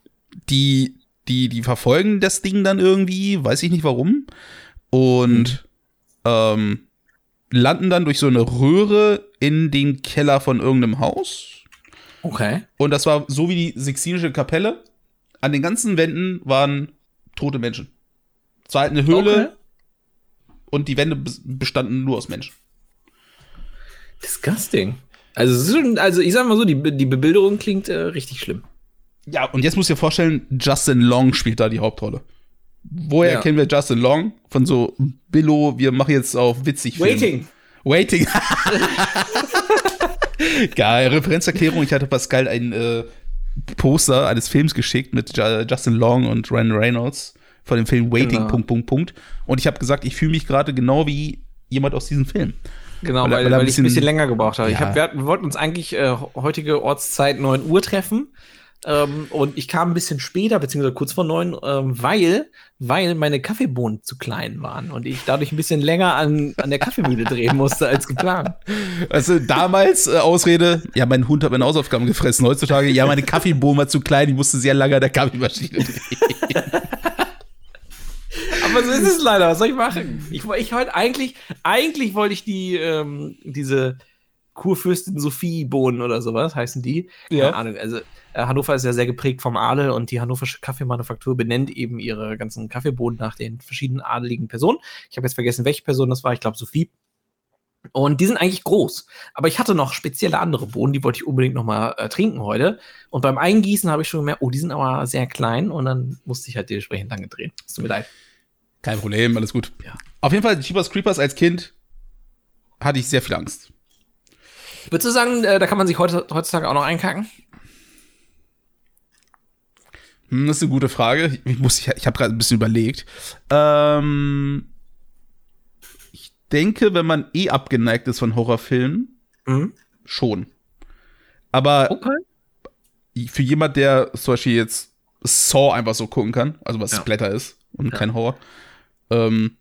die, die, die verfolgen das Ding dann irgendwie, weiß ich nicht warum. Und ähm, landen dann durch so eine Röhre in den Keller von irgendeinem Haus. Okay. Und das war so wie die Sixtinische Kapelle. An den ganzen Wänden waren tote Menschen. Es war halt eine Höhle Okay. und die Wände bes- bestanden nur aus Menschen. Disgusting. Also, es ist schon- also ich sag mal so, die, Be- die Bebilderung klingt äh, richtig schlimm. Ja, und jetzt musst du dir vorstellen, Justin Long spielt da die Hauptrolle. Woher Ja. kennen wir Justin Long? Von so Billo, wir machen jetzt auf witzig Filmen. Waiting. Geil, Referenzerklärung. Ich hatte Pascal ein äh, Poster eines Films geschickt mit Ju- Justin Long und Ryan Reynolds von dem Film Waiting. Genau. Punkt, Punkt, Punkt. Und ich habe gesagt, ich fühle mich gerade genau wie jemand aus diesem Film. Genau, Weil weil, er- weil weil, er ich ein ein bisschen bisschen länger gebraucht habe. Ich Ja. hab, wir, hatten- wir wollten uns eigentlich äh, heutige Ortszeit 9 Uhr treffen. Ähm, und ich kam ein bisschen später, beziehungsweise kurz vor 9, ähm, weil, weil meine Kaffeebohnen zu klein waren und ich dadurch ein bisschen länger an, an der Kaffeemühle drehen musste als geplant. Also damals äh, Ausrede, ja, mein Hund hat meine Hausaufgaben gefressen. Heutzutage, ja, meine Kaffeebohne war zu klein, ich musste sehr lange an der Kaffeemaschine drehen. Aber so ist es leider. Was soll ich machen? Ich, woll- ich wollte eigentlich, eigentlich wollte ich die, ähm, diese Kurfürstin Sophie Bohnen oder sowas heißen die. Keine Ja. Ahnung. Also äh, Hannover ist ja sehr geprägt vom Adel und die hannoversche Kaffeemanufaktur benennt eben ihre ganzen Kaffeebohnen nach den verschiedenen adeligen Personen. Ich habe jetzt vergessen, welche Person das war. Ich glaube Sophie. Und die sind eigentlich groß. Aber ich hatte noch spezielle andere Bohnen, die wollte ich unbedingt nochmal äh, trinken heute. Und beim Eingießen habe ich schon gemerkt, oh, die sind aber sehr klein. Und dann musste ich halt dementsprechend lange drehen. Es tut mir leid. Kein Problem, alles gut. Ja. Auf jeden Fall, Jeepers Creepers als Kind hatte ich sehr viel Angst. Würdest du sagen, äh, da kann man sich heute, heutzutage auch noch einkacken? Hm, Das ist eine gute Frage. Ich- Ich, muss- ich, ich habe gerade ein bisschen überlegt. Ähm, ich denke, wenn man eh abgeneigt ist von Horrorfilmen, Mhm. schon. Aber Okay. für jemand, der zum Beispiel jetzt Saw einfach so gucken kann, also was Ja. Splatter ist und Ja. kein Horror, ähm,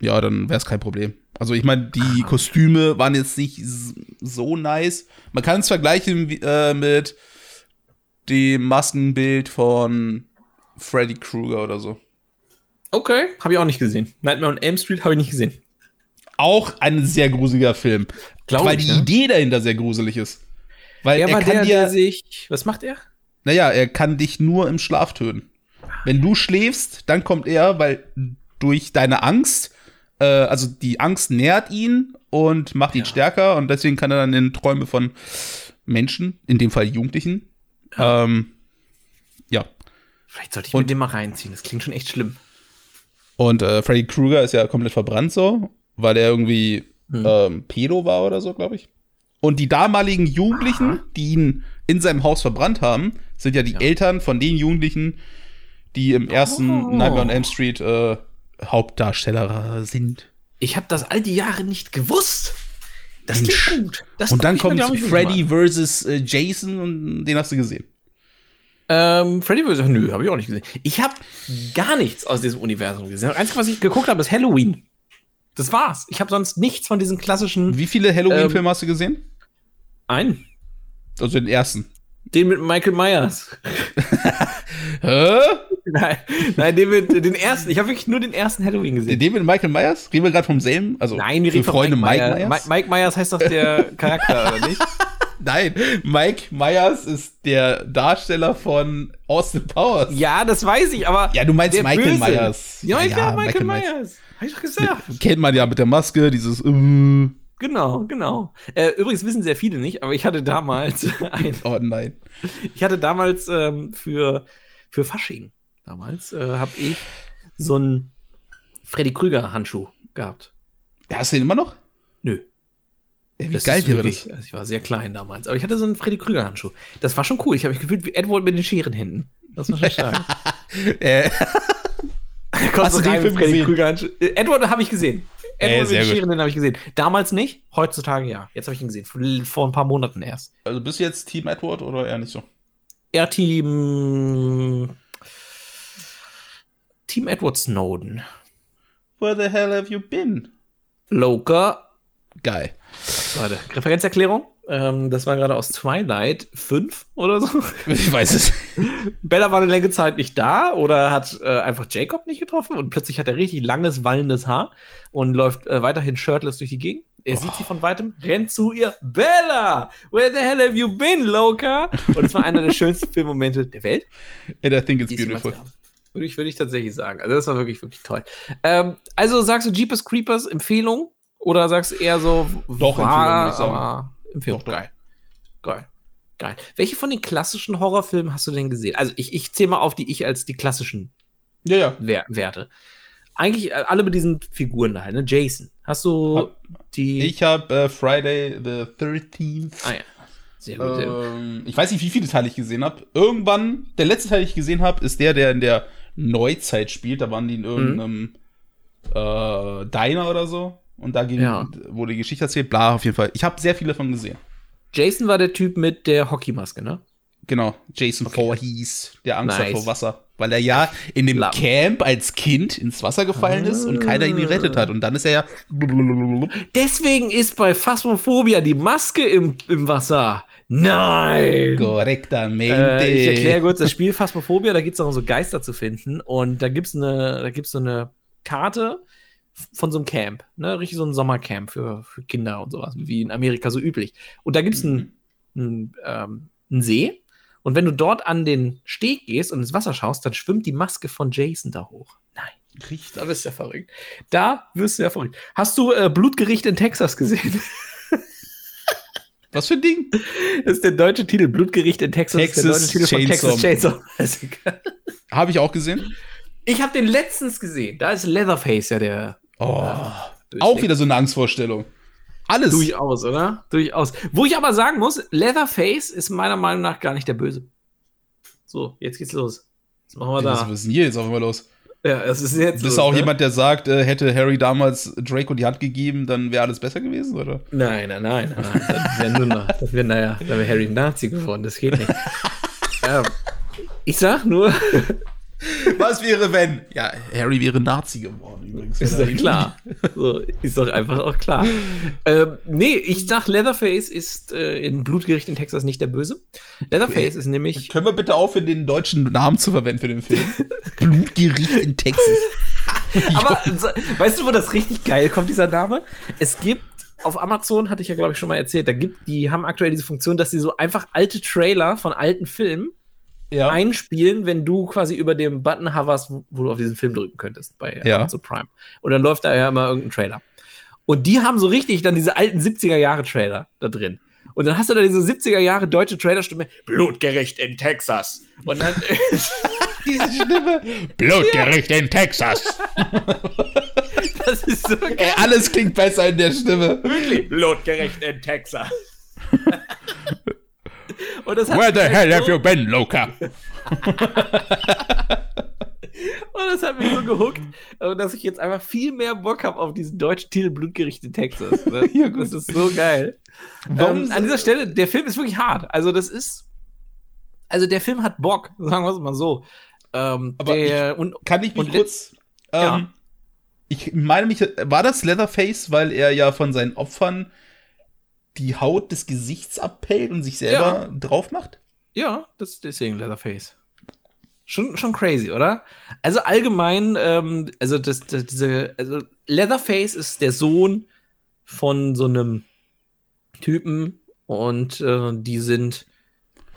ja, dann wäre es kein Problem. Also ich meine, die Ah. Kostüme waren jetzt nicht s- so nice. Man kann es vergleichen wie, äh, mit dem Maskenbild von Freddy Krueger oder so. Okay. Habe ich auch nicht gesehen. Nightmare on Elm Street habe ich nicht gesehen. Auch ein sehr gruseliger Film, Glaub weil ich, die ne? Idee dahinter sehr gruselig ist. Weil Er er war kann der, dir der sich. Was macht er? Naja, er kann dich nur im Schlaf töten. Wenn du schläfst, dann kommt er, weil durch deine Angst, äh, also die Angst nährt ihn und macht ihn Ja. stärker und deswegen kann er dann in Träume von Menschen, in dem Fall Jugendlichen, ähm, ja. Vielleicht sollte ich Und- mir den mal reinziehen. Das klingt schon echt schlimm. Und äh, Freddy Krueger ist ja komplett verbrannt so, weil er irgendwie Hm. ähm, Pedo war oder so, glaube ich. Und die damaligen Jugendlichen, die ihn in seinem Haus verbrannt haben, sind ja die Ja. Eltern von den Jugendlichen, die im ersten Oh. Nightmare on Elm Street äh, Hauptdarsteller sind. Ich habe das all die Jahre nicht gewusst. Das Mensch. klingt gut. Das und guck dann ich kommt mir, glaub ich, Freddy versus äh, Jason und den hast du gesehen. Ähm, Freddy würde nö, habe ich auch nicht gesehen. Ich habe gar nichts aus diesem Universum gesehen. Das Einzige, was ich geguckt habe, ist Halloween. Das war's. Ich habe sonst nichts von diesen klassischen Wie viele Halloween-Filme Ähm. hast du gesehen? Ein. Also den ersten. Den mit Michael Myers. Hä? Nein, nein den, mit, den ersten. Ich habe wirklich nur den ersten Halloween gesehen. Den mit Michael Myers? Reden wir gerade vom selben? Also nein, wir für reden von Freunde Mike, Myers. Myers? Mi- Mike Myers heißt doch der Charakter, oder nicht? Nein, Mike Myers ist der Darsteller von Austin Powers. Ja, das weiß ich, aber. Ja, du meinst der Michael Böse. Myers. Ja, ja, Ja, Michael, Michael Myers. Myers. Habe ich doch gesagt. Kennt man ja mit der Maske, dieses. Äh, Genau, genau. Äh, übrigens wissen sehr viele nicht, aber ich hatte damals ein, oh nein. ich hatte damals ähm, für, für Fasching damals äh, habe ich so einen Freddy Krüger-Handschuh gehabt. Hast du den immer noch? Nö. Ey, wie Das geil ist wäre wirklich- das? Also ich war sehr klein damals, aber ich hatte so einen Freddy Krüger-Handschuh. Das war schon cool. Ich habe mich gefühlt wie Edward mit den Scherenhänden. Das muss man schon sagen. Äh, Hast du den Film gesehen? Äh, Edward habe ich gesehen. Ey, Edward sehr mit gut. den Scherenhänden habe ich gesehen. Damals nicht, heutzutage ja. Jetzt habe ich ihn gesehen. Vor- Vor ein paar Monaten erst. also bist du jetzt Team Edward oder eher nicht so? Er Team. Team Edward Snowden. Where the hell have you been? Loker. Geil. Warte, Referenzerklärung. Ähm, das war gerade aus Twilight 5 oder so. Ich weiß es. Bella war eine lange Zeit nicht da oder hat äh, einfach Jacob nicht getroffen und plötzlich hat er richtig langes, wallendes Haar und läuft äh, weiterhin shirtless durch die Gegend. Er sieht sie Oh. von weitem, rennt zu ihr. Bella, where the hell have you been, Loka? Und es war einer der schönsten Filmmomente der Welt. And I think it's die es jemals beautiful. gab. Würde ich, würde ich tatsächlich sagen. Also das war wirklich, wirklich toll. Ähm, also sagst du Jeepers Creepers Empfehlung oder sagst du eher so Doch, Empfehlung, würde ich sagen. aber Empfehlung. Doch, doch. Geil. Geil. Geil. Welche von den klassischen Horrorfilmen hast du denn gesehen? Also ich, ich zähle mal auf, die ich als die klassischen Ja, ja. wer werte. Eigentlich äh, alle mit diesen Figuren da, halt, ne? Jason. Hast du Hab die. Ich habe äh, Friday the 13th. Ah ja. Sehr gut. sehr gut. Ähm, ich weiß nicht, wie viele Teile ich gesehen habe. Irgendwann, der letzte Teil, den ich gesehen habe, ist der, der in der Neuzeit spielt. Da waren die in irgendeinem äh, Diner oder so. Und da ging, Ja. wurde die Geschichte erzählt. Bla, auf jeden Fall. Ich habe sehr viele davon gesehen. Jason war der Typ mit der Hockeymaske, ne? Genau, Jason Voorhees, der Angst hat Nice. vor Wasser. Weil er ja in dem Love. Camp als Kind ins Wasser gefallen ist und keiner ihn gerettet hat. Und dann ist er ja. Deswegen ist bei Phasmophobia die Maske im, im Wasser. Nein! Korrektamente. Äh, ich erkläre kurz das Spiel Phasmophobia, da geht es darum, so Geister zu finden. Und da gibt es eine, da gibt's so eine Karte von so einem Camp, ne? Richtig so ein Sommercamp für, für Kinder und sowas, wie in Amerika so üblich. Und da gibt es einen, Mhm. einen, ähm, einen See. Und wenn du dort an den Steg gehst und ins Wasser schaust, dann schwimmt die Maske von Jason da hoch. Nein. Richtig. Da bist du ja verrückt. Da wirst du ja verrückt. Hast du äh, Blutgericht in Texas gesehen? Was für ein Ding? Das ist der deutsche Titel. Blutgericht in Texas. Texas ist der deutsche Titel Chainsaw. von Texas Chainsaw. Massacre. Habe ich auch gesehen. Ich habe den letztens gesehen. Da ist Leatherface ja der. Oh, auch wieder so eine Angstvorstellung. Alles. Durchaus, oder? Durchaus. Wo ich aber sagen muss, Leatherface ist meiner Meinung nach gar nicht der Böse. So, jetzt geht's los. Jetzt machen wir was, was da. ist denn hier jetzt auf einmal los? Ja, das ist jetzt. Bist los, du auch ne? jemand, der sagt, äh, hätte Harry damals Draco die Hand gegeben, dann wäre alles besser gewesen, oder? Nein, nein, nein. nein, nein. Das wäre nur noch, das wär, naja, da wäre Harry ein Nazi geworden. Das geht nicht. ähm, ich sag nur, Was wäre, wenn? Ja, Harry wäre Nazi geworden übrigens. Ist doch klar. So, ist doch einfach auch klar. Ähm, nee, ich sag, Leatherface ist äh, in Blutgericht in Texas nicht der Böse. Leatherface ist nämlich. Können wir bitte aufhören, den deutschen Namen zu verwenden für den Film? Blutgericht in Texas. Aber so, weißt du, wo das richtig geil kommt, dieser Name? Es gibt. Auf Amazon hatte ich ja, glaube ich, schon mal erzählt, da gibt, die haben aktuell diese Funktion, dass sie so einfach alte Trailer von alten Filmen Ja. einspielen, wenn du quasi über dem Button hoverst, wo wo du auf diesen Film drücken könntest bei Ja. Amazon Prime. Und dann läuft da ja immer irgendein Trailer. Und die haben so richtig dann diese alten 70er-Jahre-Trailer da drin. Und dann hast du da diese 70er-Jahre deutsche Trailerstimme, blutgerecht in Texas. Und dann diese Stimme. Blutgericht in Texas. das ist so geil. Ey, alles klingt besser in der Stimme. blutgerecht in Texas. Und das hat Where mich the halt hell so- have you been, Loka? Und das hat mich so gehuckt, äh, dass ich jetzt einfach viel mehr Bock habe auf diesen deutschen Titel Blutgericht in Texas. Ne? Ja, gut. das ist so geil. Warum- Ähm, an dieser Stelle, der Film ist wirklich hart. Also, das ist. Also, der Film hat Bock, sagen wir es mal so. Ähm, Aber der, und Kann ich mich Und kurz. Ähm, Ja. Ich meine mich, war das Leatherface, weil er ja von seinen Opfern die Haut des Gesichts abpellt und sich selber drauf macht? ja, das ist deswegen Leatherface. Schon, schon crazy, oder? Also allgemein, ähm, also das, das, diese, also Leatherface ist der Sohn von so einem Typen und äh, die sind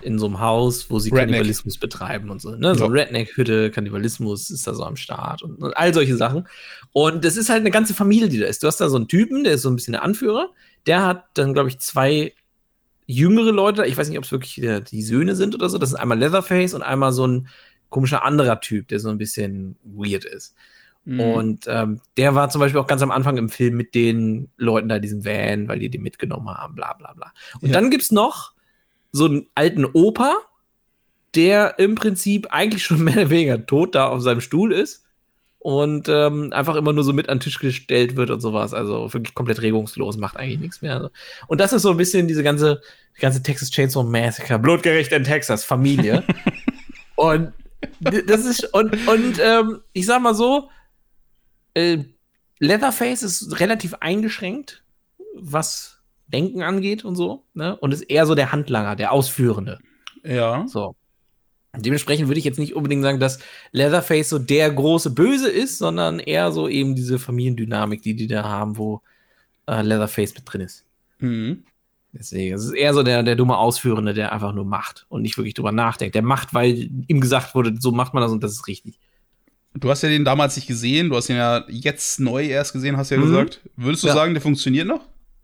in so einem Haus, wo sie Redneck. Kannibalismus betreiben und so. Ne? So Ja. Redneck-Hütte, Kannibalismus ist da so am Start und, und all solche Sachen. Und das ist halt eine ganze Familie, die da ist. Du hast da so einen Typen, der ist so ein bisschen der Anführer. Der hat dann, glaube ich, zwei jüngere Leute. Ich weiß nicht, ob es wirklich äh, die Söhne sind oder so. Das ist einmal Leatherface und einmal so ein komischer anderer Typ, der so ein bisschen weird ist. Hm. Mhm. Und ähm, der war zum Beispiel auch ganz am Anfang im Film mit den Leuten da, diesem Van, weil die den mitgenommen haben, bla bla bla. Und Ja. dann gibt's noch so einen alten Opa, der im Prinzip eigentlich schon mehr oder weniger tot da auf seinem Stuhl ist und ähm, einfach immer nur so mit an den Tisch gestellt wird und sowas. Also wirklich komplett regungslos, macht eigentlich nichts mehr. Also. Und das ist so ein bisschen diese ganze, die ganze Texas Chainsaw Massacre, blutgerecht in Texas, Familie. und d- das ist, und, und ähm, ich sag mal so, äh, Leatherface ist relativ eingeschränkt, was Denken angeht und so, ne? Und ist eher so der Handlanger, der Ausführende. Ja. So. Dementsprechend würde ich jetzt nicht unbedingt sagen, dass Leatherface so der große Böse ist, sondern eher so eben diese Familiendynamik, die die da haben, wo äh, Leatherface mit drin ist. Mhm. Deswegen, es ist eher so der, der dumme Ausführende, der einfach nur macht und nicht wirklich drüber nachdenkt. Der macht, weil ihm gesagt wurde, so macht man das und das ist richtig. Du hast ja den damals nicht gesehen, du hast ihn ja jetzt neu erst gesehen, hast du ja Mhm. gesagt. Würdest du Ja. sagen, der funktioniert noch?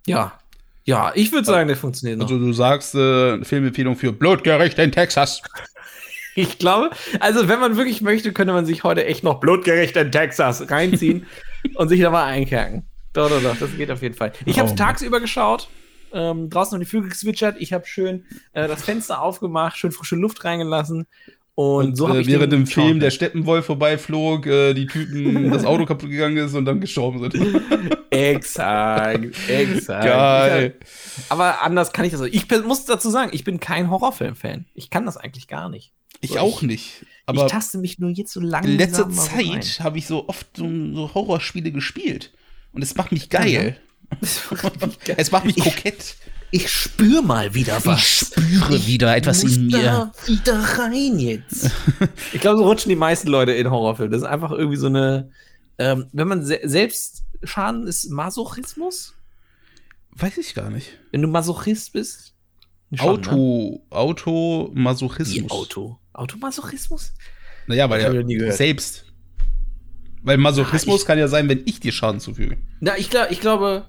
Ja. Ja, ich würde sagen, der funktioniert noch. Also du sagst äh, Filmempfehlung für Blutgericht in Texas. Ich glaube, also wenn man wirklich möchte, könnte man sich heute echt noch blutgerecht in Texas reinziehen und sich da mal einkerken. Doch, doch, doch, das geht auf jeden Fall. Ich habe Oh, es Mann. tagsüber geschaut, ähm, draußen um die Flügel gezwitschert, ich habe schön äh, das Fenster aufgemacht, schön frische Luft reingelassen und, so habe äh, ich während den im Film der geschaut. Steppenwolf vorbeiflog, äh, die Typen das Auto kaputt gegangen ist und dann gestorben sind. Exakt, exakt. Geil. Ich hab, aber anders kann ich das. Ich bin, muss dazu sagen, ich bin kein Horrorfilm-Fan. Ich kann das eigentlich gar nicht. Ich So, auch nicht. ich Aber taste mich nur jetzt so lange. in letzter Zeit habe ich so oft so, so Horrorspiele gespielt. Und es macht mich ne? geil. Es macht mich kokett. Ich spüre mal wieder spüre wieder wieder rein jetzt. ich glaube, so rutschen die meisten Leute in Horrorfilme. Das ist einfach irgendwie so eine. Ähm, wenn man se selbst schaden ist Masochismus, Weiß ich gar nicht. wenn du Masochist bist. schon, ne? Auto, Auto, Masochismus. Wie Auto. Automasochismus? Naja, weil Das hab ich noch nie ja gehört. selbst. Weil Ah, Masochismus ich- kann ja sein, wenn ich dir Schaden zufüge. Na, ich, glaub, ich glaube.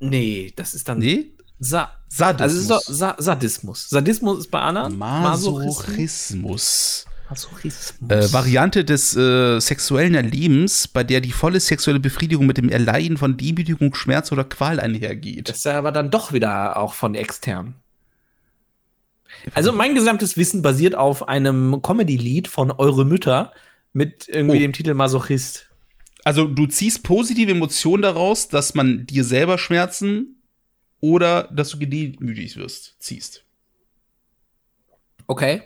Nee, das ist dann. Nee? Sa Sadismus. also, es ist doch Sa Sadismus. Sadismus ist bei anderen. Masochismus. Masochismus. Äh, Variante des äh, sexuellen Erlebens, bei der die volle sexuelle Befriedigung mit dem Erleiden von Demütigung, Schmerz oder Qual einhergeht. Das ist ja aber dann doch wieder auch von extern. Also mein gesamtes Wissen basiert auf einem Comedy-Lied von Eure Mütter mit irgendwie Oh. dem Titel Masochist. Also du ziehst positive Emotionen daraus, dass man dir selber Schmerzen oder dass du gedemütigt wirst, ziehst. Okay.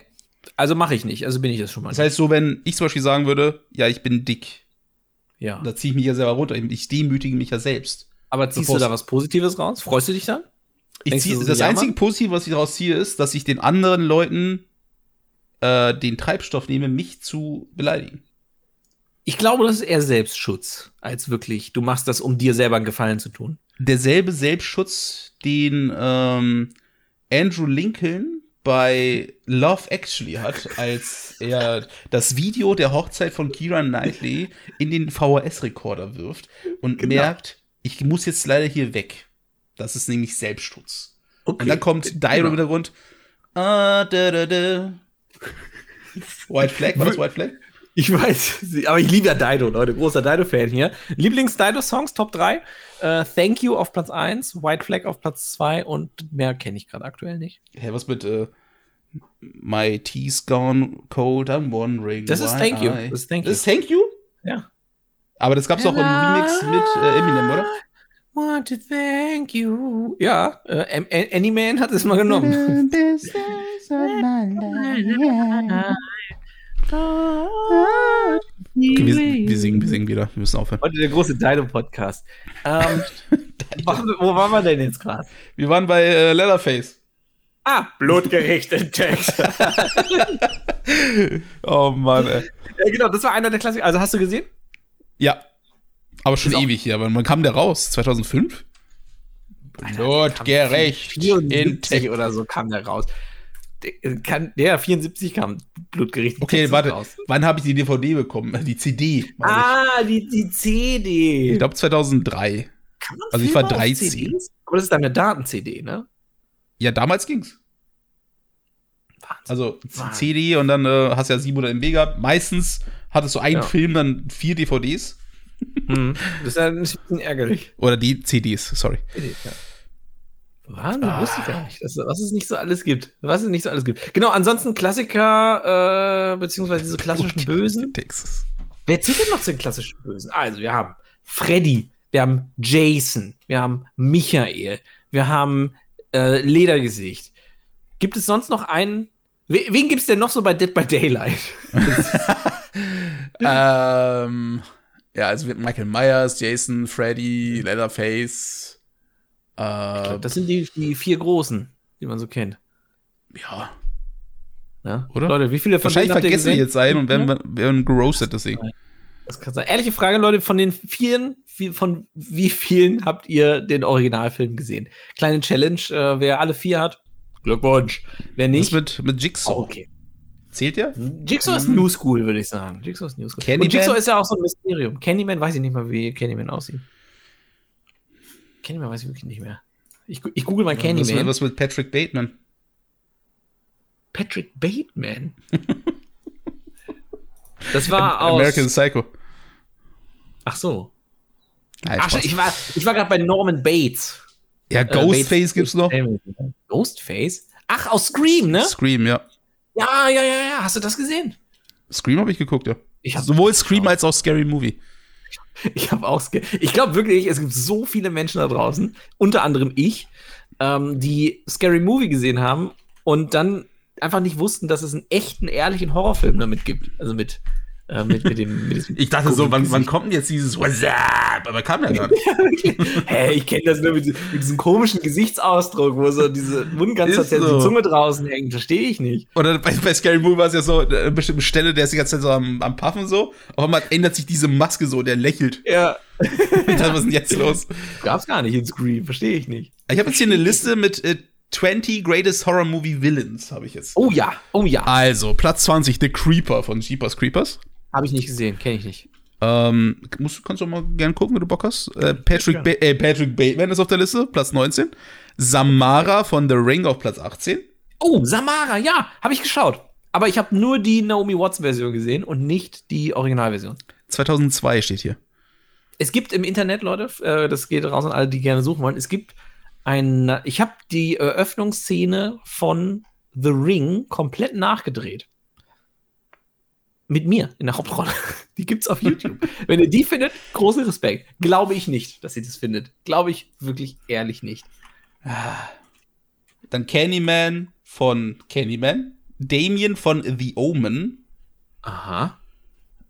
Also mache ich nicht, also bin ich das schon mal. Das heißt so, wenn ich zum Beispiel sagen würde, ja, ich bin dick, ja. da ziehe ich mich ja selber runter. Ich demütige mich ja selbst. Aber ziehst du bevor- da was Positives raus? Freust du dich dann? Ich Denkst zieh, du, so das jammern? einzige Positive, was ich daraus ziehe, ist, dass ich den anderen Leuten äh, den Treibstoff nehme, mich zu beleidigen. Ich glaube, das ist eher Selbstschutz, als wirklich, du machst das, um dir selber einen Gefallen zu tun. derselbe Selbstschutz, den ähm, Andrew Lincoln bei Love Actually hat, als er das Video der Hochzeit von Kira Knightley in den VHS-Rekorder wirft und Genau. merkt, ich muss jetzt leider hier weg. Das ist nämlich Selbstschutz. Okay. Genau. Und dann kommt Dio im Hintergrund. Ah, da, da, da. White Flag, war das White Flag? Ich weiß, aber ich liebe ja Dido, Leute. Großer Dido-Fan hier. Lieblings-Dido-Songs, Top 3. Äh, Thank You auf Platz 1, White Flag auf Platz 2 und mehr kenne ich gerade aktuell nicht. Hä, was mit äh, My tea's gone cold, I'm wondering. Das ist why Thank You. I- Das ist Thank Das ist Thank You? Ja. Aber das gab's auch im Remix mit äh, Eminem, oder? Want to thank you. Ja, äh, Am- An- Anyman hat es mal genommen. Okay, wir, wir singen, wir singen wieder. Wir müssen aufhören. Heute der große Dido-Podcast. Ähm, wo, waren wir- wo waren wir denn jetzt gerade? Wir waren bei äh, Leatherface. Ah, blutgerecht in Texas. Oh Mann, ey. ja, genau, das war einer der Klassiker. Also hast du gesehen? Ja. Aber schon Ist auch- ewig hier. Aber wann kam der raus? 2005? Blutgerecht in 74 Tech. oder so kam der raus. Der, äh, kann, der 74 kam blutgerichtet. Okay, warte. Wann habe ich die DVD bekommen? Äh, Die CD. meine ich. Ah, die, die CD. Ich glaube 2003. Kann man also ich Filme war auf 13. CDs? Aber das ist dann eine Daten-CD, ne? Ja, damals ging's. Wahnsinn. Also C- Wahnsinn. CD und dann äh, hast ja 700 MB gehabt. Meistens hattest du einen Ja. Film, dann vier DVDs. mhm. Hm. Das ist ja ein bisschen ärgerlich. Oder die CDs, sorry. Ja. Wahnsinn, Ah. wusste ich gar nicht, dass, was es nicht so alles gibt. Was es nicht so alles gibt. Genau, ansonsten Klassiker, äh, beziehungsweise diese klassischen Gut. Bösen. Texas. Wer zählt denn noch zu den klassischen Bösen? Also, wir haben Freddy, wir haben Jason, wir haben Michael, wir haben äh, Ledergesicht. Gibt es sonst noch einen? We wen gibt es denn noch so bei Dead by Daylight? ähm, ja, also wird Michael Myers, Jason, Freddy, Leatherface. Äh, Ich glaub, das sind die, die vier Großen, die man so kennt. ja. Ne? Oder? Leute, wie viele von Wahrscheinlich denen habt ihr vergessen die gesehen? jetzt einen und werden, werden gerostet deswegen. Das kann sein. Ehrliche Frage, Leute, von den vielen, wie, von wie vielen habt ihr den Originalfilm gesehen? Kleine Challenge, äh, wer alle vier hat, Glückwunsch. Wer Was nicht, Oh, mit, mit Jigsaw? okay. Zählt der? Jigsaw ist Mhm. New School, würde ich sagen. Jigsaw ist New School. Candyman? Und Jigsaw ist ja auch so ein Mysterium. Candyman weiß ich nicht mal, wie Candyman aussieht. Candyman weiß ich wirklich nicht mehr. Ich, gu- ich google mal Was, mit- Candyman. was mit Patrick Bateman? Patrick Bateman. das war aus. American Psycho. Ach so. Nein, Ach, Spaß. ich war, ich war gerade bei Norman Bates. ja, Äh, Ghostface Bates- gibt's noch. Ghostface? Ach, aus Scream, ne? Scream, ja. Ja, ja, ja, ja. Hast du das gesehen? Scream habe ich geguckt, ja. Ich hab- Sowohl Scream als auch Scary Movie. Ich habe auch. Sca- Ich glaube wirklich, es gibt so viele Menschen da draußen, unter anderem ich, ähm, die Scary Movie gesehen haben und dann einfach nicht wussten, dass es einen echten, ehrlichen Horrorfilm damit gibt. Also mit, äh, mit, mit dem. Mit diesem Ich dachte so, wann, wann komischen kommt denn jetzt dieses What's up? Aber kam ja gar nicht. Gesicht. Hä, ich kenne das nur mit, diesem- mit diesem komischen Gesichtsausdruck, wo so diese Mund ganz Ist tatsächlich so. die Zunge draußen hängt. Verstehe ich nicht. Oder bei, bei Scary Movie war es ja so, äh, eine bestimmte Stelle, der ist die ganze Zeit so am, am Puffen so. Auf einmal ändert sich diese Maske so, der lächelt. Ja. Ich dachte, was ist denn jetzt los? Gab's gar nicht in Scream, verstehe ich nicht. Ich habe jetzt hier eine Liste mit äh, 20 Greatest Horror Movie Villains, habe ich jetzt. Oh ja, oh ja. Also, Platz 20, The Creeper von Jeepers Creepers. Habe ich nicht gesehen, kenne ich nicht. Ähm, musst, kannst du auch mal gerne gucken, wenn du Bock hast. Äh, Patrick, gerne. ba äh, Patrick Bateman ist auf der Liste, Platz 19. Samara von The Ring auf Platz 18. Oh, Samara, ja, habe ich geschaut. Aber ich habe nur die Naomi Watts-Version gesehen und nicht die Originalversion. 2002 steht hier. Es gibt im Internet, Leute, f- äh, das geht raus an alle, die gerne suchen wollen. Es gibt ein, äh, ich habe die Eröffnungsszene von The Ring komplett nachgedreht. Mit mir in der Hauptrolle. Die gibt's auf YouTube. Wenn ihr die findet, großen Respekt. Glaube ich nicht, dass ihr das findet. Glaube ich wirklich ehrlich nicht. Dann Candyman von Candyman. Damien von The Omen. Aha,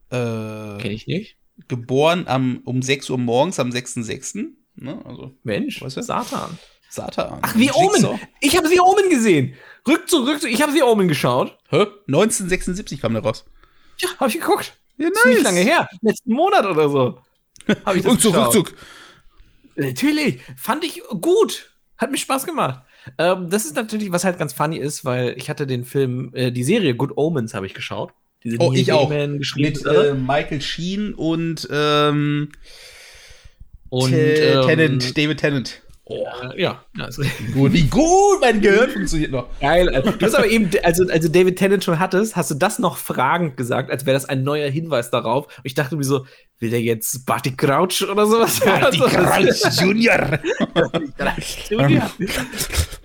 Äh, kenne ich nicht. Geboren am, um 6 Uhr morgens am 6.6. Ne? Also Mensch, Weißt du? Satan. Satan. Ach, The Jigsaw. Omen. Ich habe The Omen gesehen. Rückzug, Rückzug. Ich habe The Omen geschaut. Hä? 1976 kam der raus. Ja, habe ich geguckt. Ja, Ist nicht lange her. Letzten Monat oder so. Hab ich das Rückzug, geschaut. Rückzug. Natürlich. Fand ich gut. Hat mir Spaß gemacht. Ähm, das ist natürlich, was halt ganz funny ist, weil ich hatte den Film, äh, die Serie Good Omens habe ich geschaut. Diese Oh, Neil ich auch. Gaiman geschriebene Mit Sache. äh, Michael Sheen und ähm, Und Te- ähm, äh, Tennant, David Tennant. äh, ja, ja, ist richtig. Gut, wie gut mein Gehirn funktioniert noch. Geil. Alter. Du hast aber eben, also, also David Tennant schon hattest, hast du das noch fragend gesagt, als wäre das ein neuer Hinweis darauf. Und ich dachte mir so, will der jetzt Barty Crouch oder sowas? Also, Marty Crouch Junior. Junior.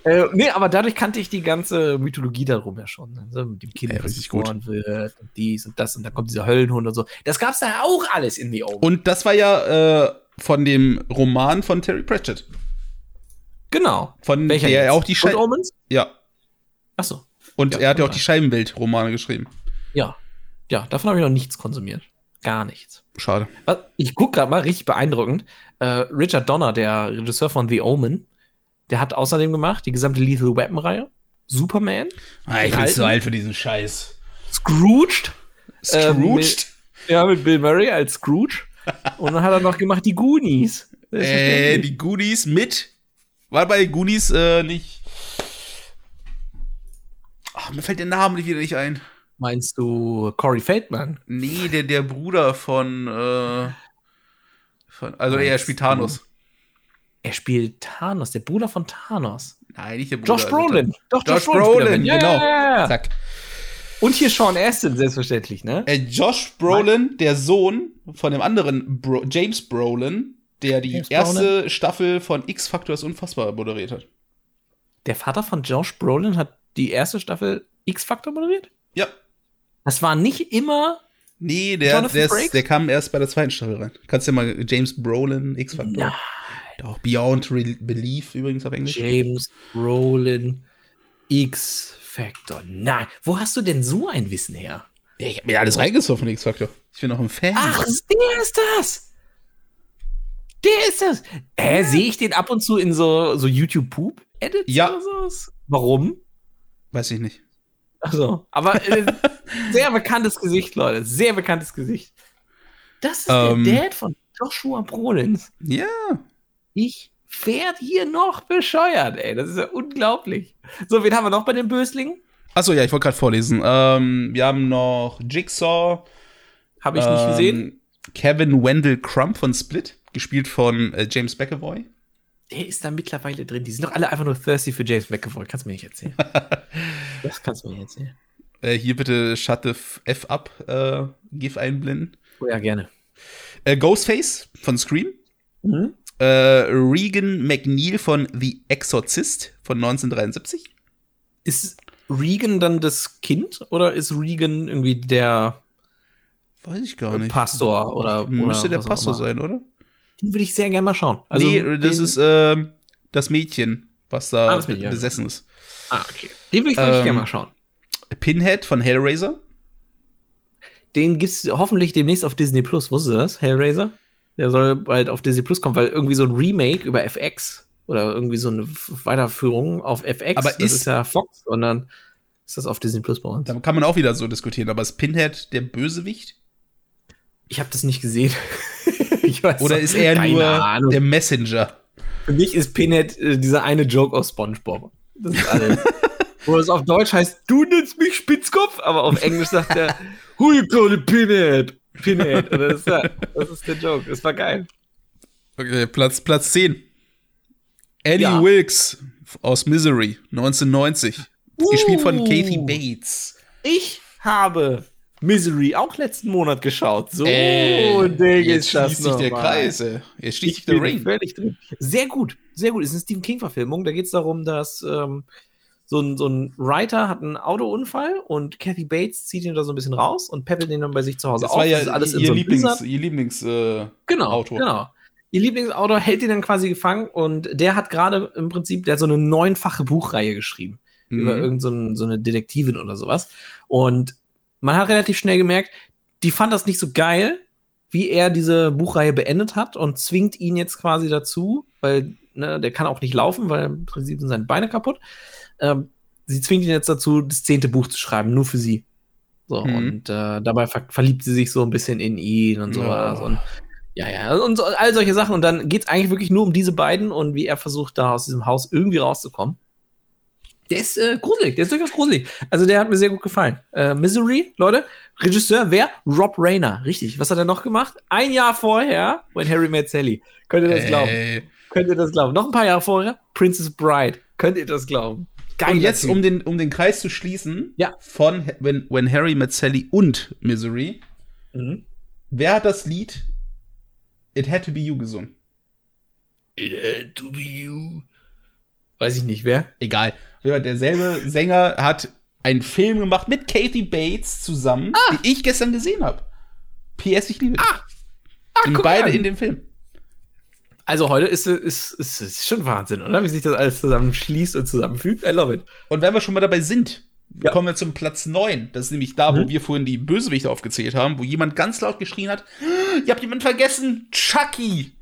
äh, nee, aber dadurch kannte ich die ganze Mythologie darum ja schon. Also mit dem Kind, Ja, was richtig gut. geboren wird, und dies und das, und dann kommt dieser Höllenhund und so. Das gab's da auch alles in The Omen. Und das war ja äh, von dem Roman von Terry Pratchett. Genau. Von der jetzt? er auch die Good Schei Omens? ja. Achso. Und Ja, er hat ja auch Roman. die Scheibenwelt-Romane geschrieben. Ja. Ja, davon habe ich noch nichts konsumiert. Gar nichts. Schade. Was- Ich gucke gerade mal, richtig beeindruckend. Äh, Richard Donner, der Regisseur von The Omen, der hat außerdem gemacht die gesamte Lethal Weapon-Reihe. Superman, Ah, ich bin zu alt für diesen Scheiß. Scrooged, Ähm, Scrooged? ja, mit Bill Murray als Scrooge. Und dann hat er noch gemacht die Goonies. äh, Selbstverständlich. die Goonies mit. War bei Goonies äh, nicht. Ach, mir fällt der Name nicht wieder nicht ein. Meinst du Corey Feldman? Nee, der, der Bruder von. Äh, von also Meinst er spielt Thanos. Er spielt Thanos, der Bruder von Thanos. Nein, nicht der Bruder. Josh Brolin. Doch, Josh spielt Brolin, damit. Ja, genau. Ja, ja, ja. Zack. Und hier Sean Astin, selbstverständlich, ne? Äh, Josh Brolin, der Sohn von dem anderen Bro James Brolin, der die James erste Staffel von X-Factor ist unfassbar moderiert hat. Der Vater von Josh Brolin hat die erste Staffel X-Factor moderiert? Ja. Das war nicht immer. Nee, der, Jonathan der, ist, Frakes? der kam erst bei der zweiten Staffel rein. Kannst ja mal James Brolin, X-Factor. Ja, Doch, Beyond Re Belief übrigens auf Englisch. James Brolin X-Factor. Nein. Wo hast du denn so ein Wissen her? Ja, ich hab mir alles reingesoffen von X-Factor. Ich bin auch ein Fan. Ach, der ist das! Der ist das! Äh, sehe ich den ab und zu in so, so YouTube-Poop-Edits Ja. oder sowas? Warum? Weiß ich nicht. Also, aber äh, sehr bekanntes Gesicht, Leute. Sehr bekanntes Gesicht. Das ist Ähm. der Dad von Joshua Brolin. Ja. Ich werd hier noch bescheuert, ey. Das ist ja unglaublich. So, wen haben wir noch bei den Böslingen? Achso, ja, ich wollte gerade vorlesen. Ähm, wir haben noch Jigsaw. Habe ich nicht ähm, gesehen. Kevin Wendell Crump von Split, gespielt von äh, James McAvoy. Der ist da mittlerweile drin. Die sind doch alle einfach nur thirsty für James McAvoy. Kannst du mir nicht erzählen. das kannst du mir nicht erzählen. Äh, hier bitte Shut the F- F up, äh, GIF einblenden. Oh ja, gerne. Äh, Ghostface von Scream. Mhm. Äh, Regan McNeil von The Exorcist von 1973. Ist Regan dann das Kind oder ist Regan irgendwie der Weiß ich gar Pastor oder Müsste oder der was auch Pastor immer? sein, oder? Den würde ich sehr gerne mal schauen. Also nee, das den- ist ähm, das Mädchen, was da Ah, das Mädchen, ja. besessen ist. Ah, okay. Den würde ich wirklich Ähm, gerne mal schauen. Pinhead von Hellraiser. Den gibt's hoffentlich demnächst auf Disney Plus. Wusstest du das? Hellraiser? Der soll bald auf Disney Plus kommen, weil irgendwie so ein Remake über FX oder irgendwie so eine F- Weiterführung auf FX. Aber das ist- ist ja Fox, sondern ist das auf Disney Plus bei uns. Da kann man auch wieder so diskutieren, aber ist Pinhead der Bösewicht? Ich habe das nicht gesehen. ich weiß Oder auch- ist er keine nur Ahnung. der Messenger? Für mich ist Pinhead äh, dieser eine Joke aus SpongeBob. Das ist alles. Wo es auf Deutsch heißt, du nennst mich Spitzkopf, aber auf Englisch sagt er, who you call it Pinhead? Pinhead. Und das, ist ja, das ist der Joke. Das war geil. Okay, Platz, Platz 10. Annie Ja. Wilkes aus Misery, 1990. Gespielt von Uh. Kathy Bates. Ich habe Misery auch letzten Monat geschaut. So ein Ding Äh, jetzt ist das schließt sich der nochmal. Kreis, ey. Jetzt schließt sich Ich der bin Ring. völlig drin. Sehr gut, sehr gut. Es ist eine Stephen King-Verfilmung. Da geht es darum, dass ähm, so, ein, so ein Writer hat einen Autounfall und Kathy Bates zieht ihn da so ein bisschen raus und peppelt ihn dann bei sich zu Hause Das auf. war ja Also ist in ihr, so einem Lieblings, Blizzard. ihr Lieblings, äh, genau, Autor. Genau. Ihr Lieblingsautor hält ihn dann quasi gefangen und der hat gerade im Prinzip, der hat so eine neunfache Buchreihe geschrieben über mhm. irgendeine so ein- so eine Detektivin oder sowas. Und man hat relativ schnell gemerkt, die fand das nicht so geil, wie er diese Buchreihe beendet hat und zwingt ihn jetzt quasi dazu, weil ne, der kann auch nicht laufen, weil im Prinzip sind seine Beine kaputt. Ähm, sie zwingt ihn jetzt dazu, das zehnte Buch zu schreiben, nur für sie. So, Mhm. und äh, dabei ver verliebt sie sich so ein bisschen in ihn und sowas. Oh. Und ja, ja, und so, all solche Sachen. Und dann geht es eigentlich wirklich nur um diese beiden und wie er versucht, da aus diesem Haus irgendwie rauszukommen. Der ist äh, gruselig, der ist durchaus gruselig. Also der hat mir sehr gut gefallen. Äh, Misery, Leute, Regisseur, wer? Rob Rayner, richtig. Was hat er noch gemacht? Ein Jahr vorher, When Harry Met Sally. Könnt Äh. ihr das glauben? Ey. Könnt ihr das glauben? Noch ein paar Jahre vorher, Princess Bride. Könnt ihr das glauben? Geil. Und jetzt, um den, um den Kreis zu schlieesen, Ja. von Ha- when, when Harry Met Sally und Misery, Mhm. wer hat das Lied It Had to Be You gesungen? Äh, to be you. Weiß ich nicht, wer? Egal. Ja, derselbe Sänger hat einen Film gemacht mit Kathy Bates zusammen, die ich gestern gesehen habe. PS, ich liebe dich. Ah, Und guck beide an. in dem Film. Also heute ist es ist, ist, ist schon Wahnsinn, oder? Wie sich das alles zusammenschließt und zusammenfügt. I love it. Und wenn wir schon mal dabei sind, Ja. kommen wir zum Platz 9. Das ist nämlich da, wo Mhm. wir vorhin die Bösewichte aufgezählt haben, wo jemand ganz laut geschrien hat, ihr habt jemanden vergessen, Chucky.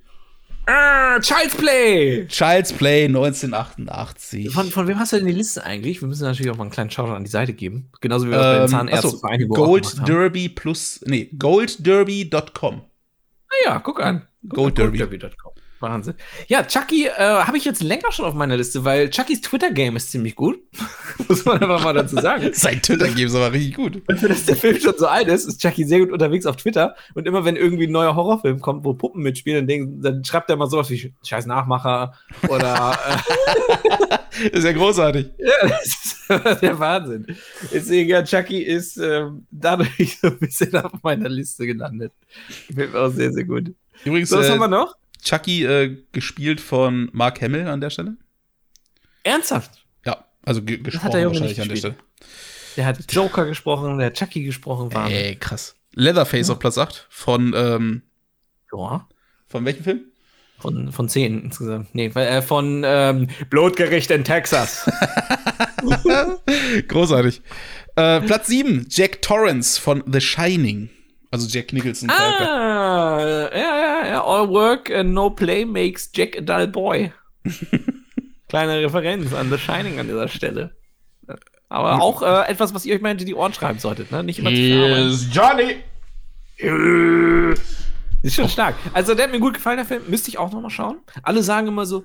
Ah, Child's Play! Child's Play 1988. Von, von wem hast du denn die Liste eigentlich? Wir müssen natürlich auch mal einen kleinen Shoutout an die Seite geben. Genauso wie wir das bei den ähm, achso, Zahnärztenvereinigung auch gemacht haben. Gold Derby plus, nee, goldderby.com. Ah ja, guck an. Guck Gold an, Derby. goldderby.com. Wahnsinn. Ja, Chucky äh, habe ich jetzt länger schon auf meiner Liste, weil Chuckys Twitter-Game ist ziemlich gut. Muss man einfach mal dazu sagen. Sein Twitter-Game ist aber richtig gut. Dafür, dass der Film schon so alt ist, ist Chucky sehr gut unterwegs auf Twitter. Und immer wenn irgendwie ein neuer Horrorfilm kommt, wo Puppen mitspielen, dann, denken- dann schreibt er mal sowas wie Scheiß Nachmacher oder äh, Ist ja großartig. Ja, das ist der Wahnsinn. Deswegen, ja, Chucky ist ähm, dadurch so ein bisschen auf meiner Liste gelandet. Mir auch sehr, sehr gut. Übrigens, So, was äh, haben wir noch? Chucky äh, gespielt von Mark Hamill an der Stelle. Ernsthaft? Ja, also ge gesprochen der Junge wahrscheinlich nicht an der Stelle. Der hat Äh. Joker gesprochen, der hat Chucky gesprochen. Wahnsinn. Ey, krass. Leatherface auf Platz 8 von, ähm, Ja, von welchem Film? von, von 10 insgesamt. Nee, weil, äh, von ähm, Blutgericht in Texas. Großartig. Äh, Platz 7, Jack Torrance von The Shining. Also Jack Nicholson. Charakter. ah, ja, ja, ja. All work and no play makes Jack a dull boy. Kleine Referenz an The Shining an dieser Stelle. Aber auch äh, etwas, was ihr euch mal hinter die Ohren schreiben solltet, ne? Nicht immer zu verarbeiten. Johnny. Ist schon stark. Also, der hat mir gut gefallen, der Film. Müsste ich auch nochmal schauen. Alle sagen immer so,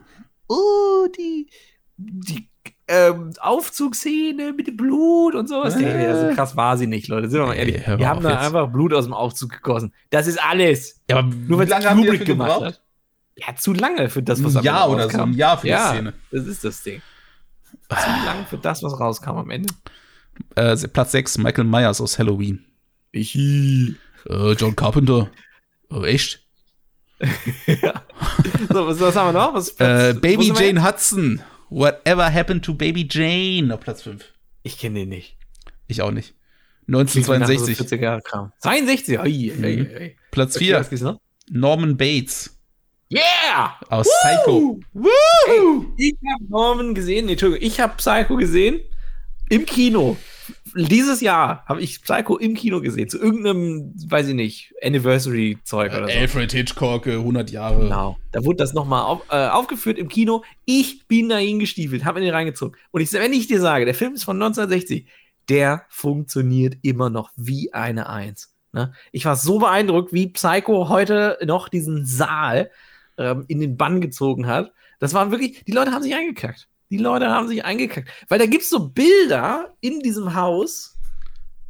oh, die, die ähm, Aufzugsszene mit dem Blut und sowas. Äh. Ja, so krass war sie nicht, Leute. Sind wir mal ehrlich. Ey, hör mal Wir haben auf da jetzt. einfach Blut aus dem Aufzug gegossen. Das ist alles. Ja, aber Nur wie weil es lange haben die dafür klubrig gemacht gebraucht? hat. Ja, zu lange für das, was Ein am Jahr Ende oder so, rauskam. ein Jahr für ja, die Szene. Das ist das Ding. Zu lang für das, was rauskam am Ende. Äh, Platz 6, Michael Myers aus Halloween. Äh, John Carpenter. Äh, echt? ja. So, was, was haben wir noch? Was, Äh, was- Baby wo sind wir Jane Hudson. Whatever happened to Baby Jane? Auf Platz 5. Ich kenne den nicht. Ich auch nicht. Nach so 1962. 40er Jahre Kram. 62, oi, oi, Mhm. oi. Platz Okay, ne? 4, was gibt's noch? Norman Bates Yeah! aus Psycho. Woo! Ich habe Norman gesehen, nee, Entschuldigung, ich habe Psycho gesehen im Kino. Dieses Jahr habe ich Psycho im Kino gesehen, zu irgendeinem, weiß ich nicht, Anniversary-Zeug oder so. Alfred Hitchcock, äh, 100 Jahre. Genau. Da wurde das nochmal auf, äh, aufgeführt im Kino. Ich bin da hingestiefelt, habe in den reingezogen. Und ich, wenn ich dir sage, der Film ist von 1960, der funktioniert immer noch wie eine Eins. Ne? Ich war so beeindruckt, wie Psycho heute noch diesen Saal ähm, in den Bann gezogen hat. Das waren wirklich, die Leute haben sich eingekackt. Die Leute haben sich eingekackt. Weil da gibt es so Bilder in diesem Haus,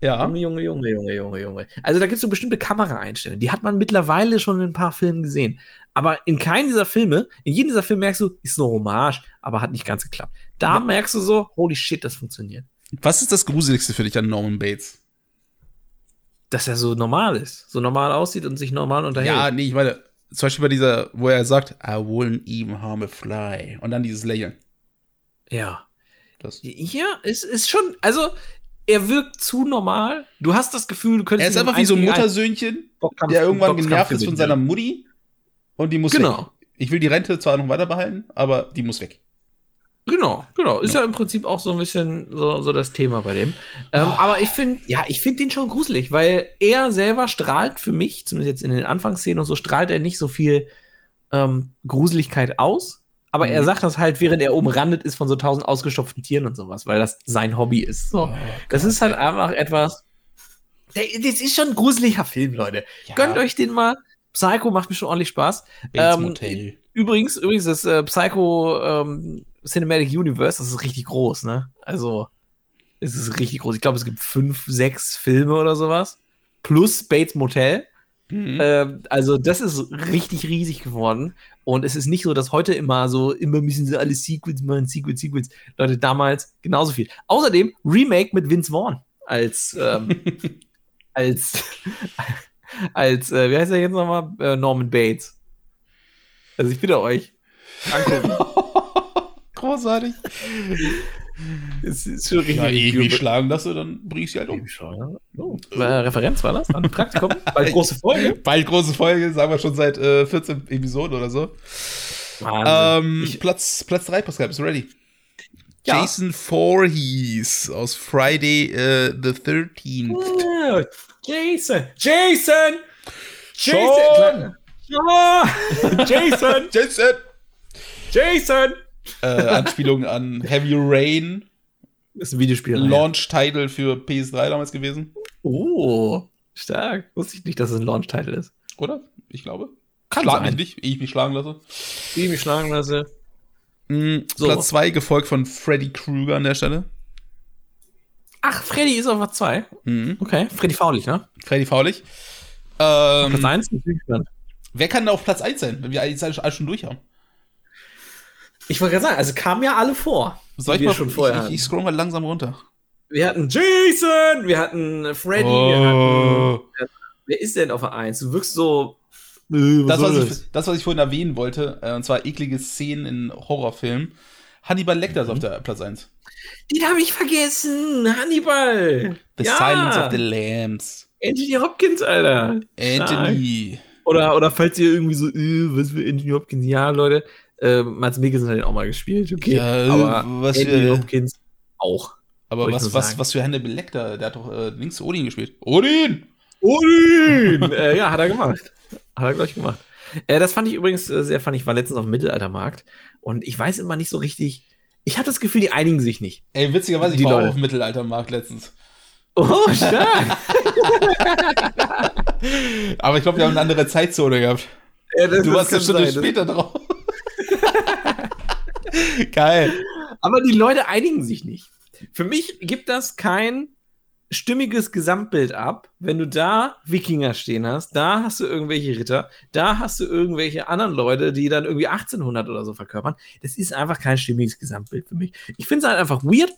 Ja. Ah? Junge, Junge, Junge, Junge, Junge, Junge. Also da gibt es so bestimmte Kameraeinstellungen. Die hat man mittlerweile schon in ein paar Filmen gesehen. Aber in keinem dieser Filme, in jedem dieser Filme merkst du, ist eine Hommage, aber hat nicht ganz geklappt. Da merkst du so, holy shit, das funktioniert. Was ist das Gruseligste für dich an Norman Bates? Dass er so normal ist, so normal aussieht und sich normal unterhält. Ja, nee, ich meine, zum Beispiel bei dieser, wo er sagt, I wouldn't even harm a fly. Und dann dieses Lächeln. ja. Das. Ja, es ist schon, also er wirkt zu normal. Du hast das Gefühl, du könntest Er ist ihn im einfach wie so ein einzigen Muttersöhnchen, Boxkampf- der irgendwann Boxkampf genervt ist von gewinnen. seiner Mutti. Und die muss weg. Genau. Ich will die Rente zwar noch weiter behalten, aber die muss weg. Genau, genau. Ist ja, im Prinzip auch so ein bisschen so, so das Thema bei dem. Ähm, aber ich finde, ja, ich finde den schon gruselig, weil er selber strahlt für mich, zumindest jetzt in den Anfangsszenen und so, strahlt er nicht so viel ähm, Gruseligkeit aus. Aber er Mhm. sagt das halt, während er umrandet ist von so tausend ausgestopften Tieren und sowas, weil das sein Hobby ist. So. Oh. das ist halt einfach etwas. Der, das ist schon ein gruseliger Film, Leute. Ja, Gönnt euch den mal. Psycho macht mir schon ordentlich Spaß. Bates ähm, Motel. Übrigens, übrigens, das äh, Psycho ähm, Cinematic Universe, das ist richtig groß, ne? Also, es ist richtig groß. Ich glaube, es gibt fünf, sechs Filme oder sowas. Plus Bates Motel. Mhm. Ähm, also, das ist richtig riesig geworden. Und es ist nicht so, dass heute immer so, immer müssen sie alle Sequels machen, Sequels, Sequels. Leute, damals genauso viel. Außerdem Remake mit Vince Vaughn als, ähm, als, als, äh, wie heißt er jetzt nochmal? Äh, Norman Bates. Also, ich bitte euch. Großartig. Es ist schon richtig. Ja, eh mich übel. schlagen lasse, dann bring ich sie halt um. Oh, war Referenz war das? An Praktikum? Bald große Folge? Bald große Folge, sagen wir schon seit äh, 14 Episoden oder so. Ähm, Platz, Platz 3, Pascal, bist du ready? Ja. Jason Voorhees aus Friday äh, the 13th. Ah, Jason! Jason! Schon! Ja! Jason! Jason! Jason! Äh, Anspielung an Heavy Rain, Das ist ein Videospiel. Launch-Title für PS3 damals gewesen, Oh, stark. Wusste ich nicht, dass es ein Launch-Title ist. oder? Ich glaube. Kann Schlag mich sein. nicht, ehe ich mich schlagen lasse. Die mich schlagen lasse. Mhm, So. Platz 2, gefolgt von Freddy Krueger an der Stelle. Ach, Freddy ist auf Platz 2. Mhm. Okay, Freddy faulig, ne? Freddy Faulig. Ähm, Platz 1? Ich bin gespannt. Wer kann denn auf Platz 1 sein, wenn wir jetzt alle schon durch haben? Ich wollte gerade sagen, also kamen ja alle vor. Soll die ich wir mal schon vorher Ich, hatten. ich, ich scroll mal langsam runter. Wir hatten Jason, wir hatten Freddy, wir hatten, Oh. wer ist denn auf der 1? Du wirkst so. Äh, was Das soll was, ich, das, was ich vorhin erwähnen wollte, äh, und zwar eklige Szenen in Horrorfilmen. Hannibal Lecter ist Mhm. auf der Platz 1. Den habe ich vergessen. Hannibal. The ja. Silence of the Lambs. Anthony Hopkins, Alter. Anthony. Oder, oder falls ihr irgendwie so, äh, was für Anthony Hopkins? Ja, Leute, äh, Mads Mikkelsen hat den auch mal gespielt, okay. Ja, äh, aber was Anthony für- Hopkins auch. Aber Wollte ich was, nur was, sagen. was für Hannibal Lecter? Der hat doch äh, links Odin gespielt. Odin! Odin! äh, ja, hat er gemacht. Hat er, glaube ich, gemacht. Äh, das fand ich übrigens äh, sehr funny. Ich war letztens auf dem Mittelaltermarkt und ich weiß immer nicht so richtig. Ich habe das Gefühl, die einigen sich nicht. Ey, witzigerweise, ich Die war Leute. auch auf dem Mittelaltermarkt letztens. Oh, stark! Aber ich glaube, wir haben eine andere Zeitzone gehabt. ja, das, Du das warst eine kann Stunde sein. Das- später drauf. Geil. Aber die Leute einigen sich nicht. Für mich gibt das kein stimmiges Gesamtbild ab, wenn du da Wikinger stehen hast, da hast du irgendwelche Ritter, da hast du irgendwelche anderen Leute, die dann irgendwie 1800 oder so verkörpern. Das ist einfach kein stimmiges Gesamtbild für mich. Ich finde es halt einfach weird,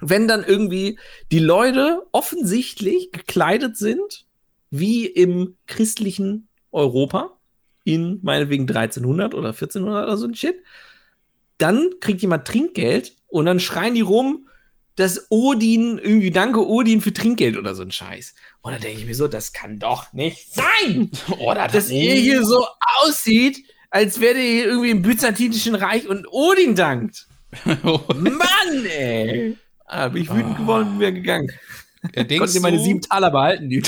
wenn dann irgendwie die Leute offensichtlich gekleidet sind wie im christlichen Europa in meinetwegen 1300 oder 1400 oder so ein Shit dann kriegt jemand Trinkgeld und dann schreien die rum, dass Odin, irgendwie danke Odin für Trinkgeld oder so ein Scheiß. Und dann denke ich mir so, das kann doch nicht sein, Oder dass ihr hier so aussieht, als wäre ihr hier irgendwie im byzantinischen Reich und Odin dankt. Mann, ey! Ah, bin ich wütend Ah. geworden und wäre gegangen. Ja, denkst Konnt ihr meine du- sieben Taler behalten, die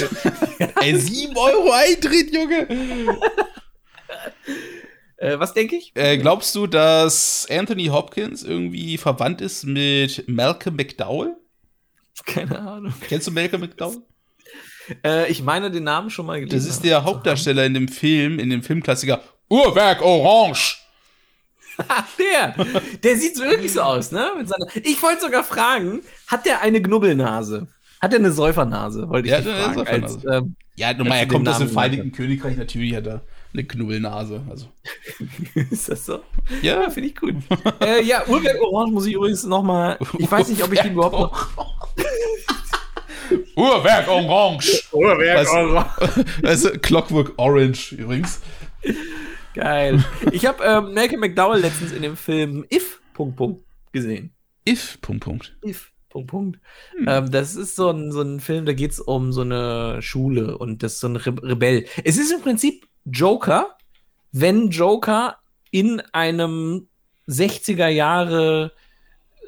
Ey, 7 Euro Eintritt, Junge. äh, Was denke ich? Äh, glaubst du, dass Anthony Hopkins irgendwie verwandt ist mit Malcolm McDowell? Keine Ahnung. Kennst du Malcolm McDowell? Äh, ich meine den Namen schon mal gelesen. Das ist der Hauptdarsteller in dem Film, in dem Filmklassiker Uhrwerk Orange. Ach, der. Der sieht so wirklich so aus, ne? Mit seiner ich wollte sogar fragen, hat der eine Knubbelnase? Hat der eine Säufernase? Wollte ich Ja, dich der hat eine fragen. Als, Säufernase. ähm, Ja, nun mal, er Kannst du kommt den aus dem Namen Vereinigten Königreich, natürlich hat er eine Knubbelnase. Also. ähm, ist das so? Ja, Ja, finde ich gut. äh, ja, Uhrwerk Orange muss ich übrigens nochmal. Ich weiß nicht, ob ich den überhaupt noch. Uhrwerk Orange. Uhrwerk Orange. Weißt du, Clockwork Orange übrigens. Geil. Ich habe ähm, Malcolm McDowell letztens in dem Film If. Punkt, Punkt, gesehen. If. Punkt, Punkt. If. Punkt, Punkt. Ähm, das ist so ein, so ein Film, da geht es um so eine Schule und das ist so ein Re Rebell. Es ist im Prinzip Joker, wenn Joker in einem 60er Jahre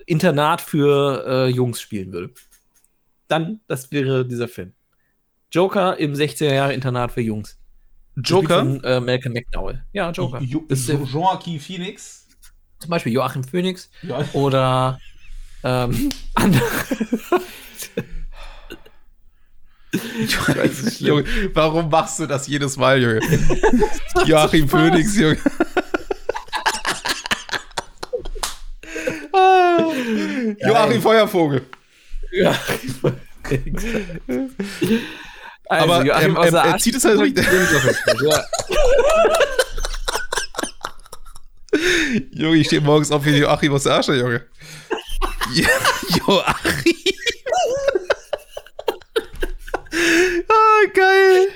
Internat für äh, Jungs spielen würde. Dann, das wäre dieser Film. Joker im 60er Jahre Internat für Jungs. Joker. Von, äh, Malcolm McDowell. Ja, Joker. Jo Das ist der- Joaquin Phoenix. Zum Beispiel Joachim Phoenix Ja. oder ähm, andere. weiß, es ist schlimm. Junge, warum machst du das jedes Mal, Junge? Joachim Phoenix, Junge. Ah, Joachim Feuervogel. Ja. also, Aber Joachim ähm, aus ähm, der er Asch- zieht es halt richtig. ja. Junge, ich stehe morgens auf wie Joachim aus der Asche, Junge. Jo- Joachim. ah, geil.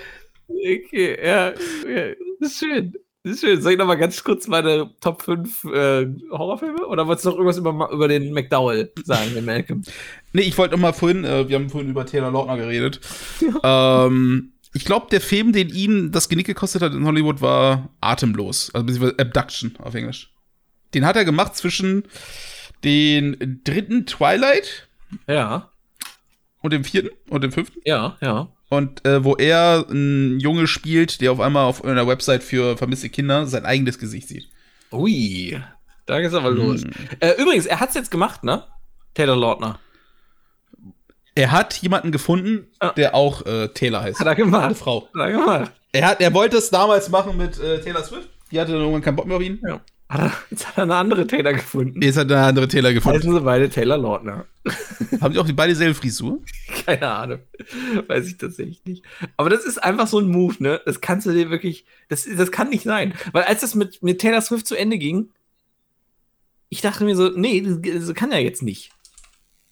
Okay, ja, ja. Das ist schön. Das ist schön. Soll ich nochmal ganz kurz meine Top 5 äh, Horrorfilme? Oder wolltest du noch irgendwas über, Ma- über den McDowell sagen, den Malcolm? Nee, ich wollte noch mal vorhin, äh, wir haben vorhin über Taylor Lautner geredet. ähm, ich glaube, der Film, den ihm das Genick gekostet hat in Hollywood, war Atemlos, also beziehungsweise Abduction auf Englisch. Den hat er gemacht zwischen den dritten Twilight Ja, und dem vierten und dem fünften. ja, ja. Und äh, wo er ein Junge spielt, der auf einmal auf einer Website für vermisste Kinder sein eigenes Gesicht sieht. Ui, da geht's aber los. Hm. Äh, übrigens, er hat's jetzt gemacht, ne? Taylor Lautner. Er hat jemanden gefunden, Ah. der auch äh, Taylor heißt. Hat er gemacht. Eine Frau. Hat er gemacht. Er, hat, er wollte es damals machen mit äh, Taylor Swift. Die hatte dann irgendwann keinen Bock mehr auf ihn. Ja. Hat er, jetzt hat er eine andere Taylor gefunden. Jetzt hat er eine andere Taylor gefunden. Heißen sie beide Taylor Lautner. Haben die auch die beide dieselbe Frisur? Keine Ahnung. Weiß ich tatsächlich nicht. Aber das ist einfach so ein Move, ne? Das kannst du dir wirklich. Das, das kann nicht sein. Weil als das mit, mit Taylor Swift zu Ende ging, ich dachte mir so, nee, das, das kann ja jetzt nicht.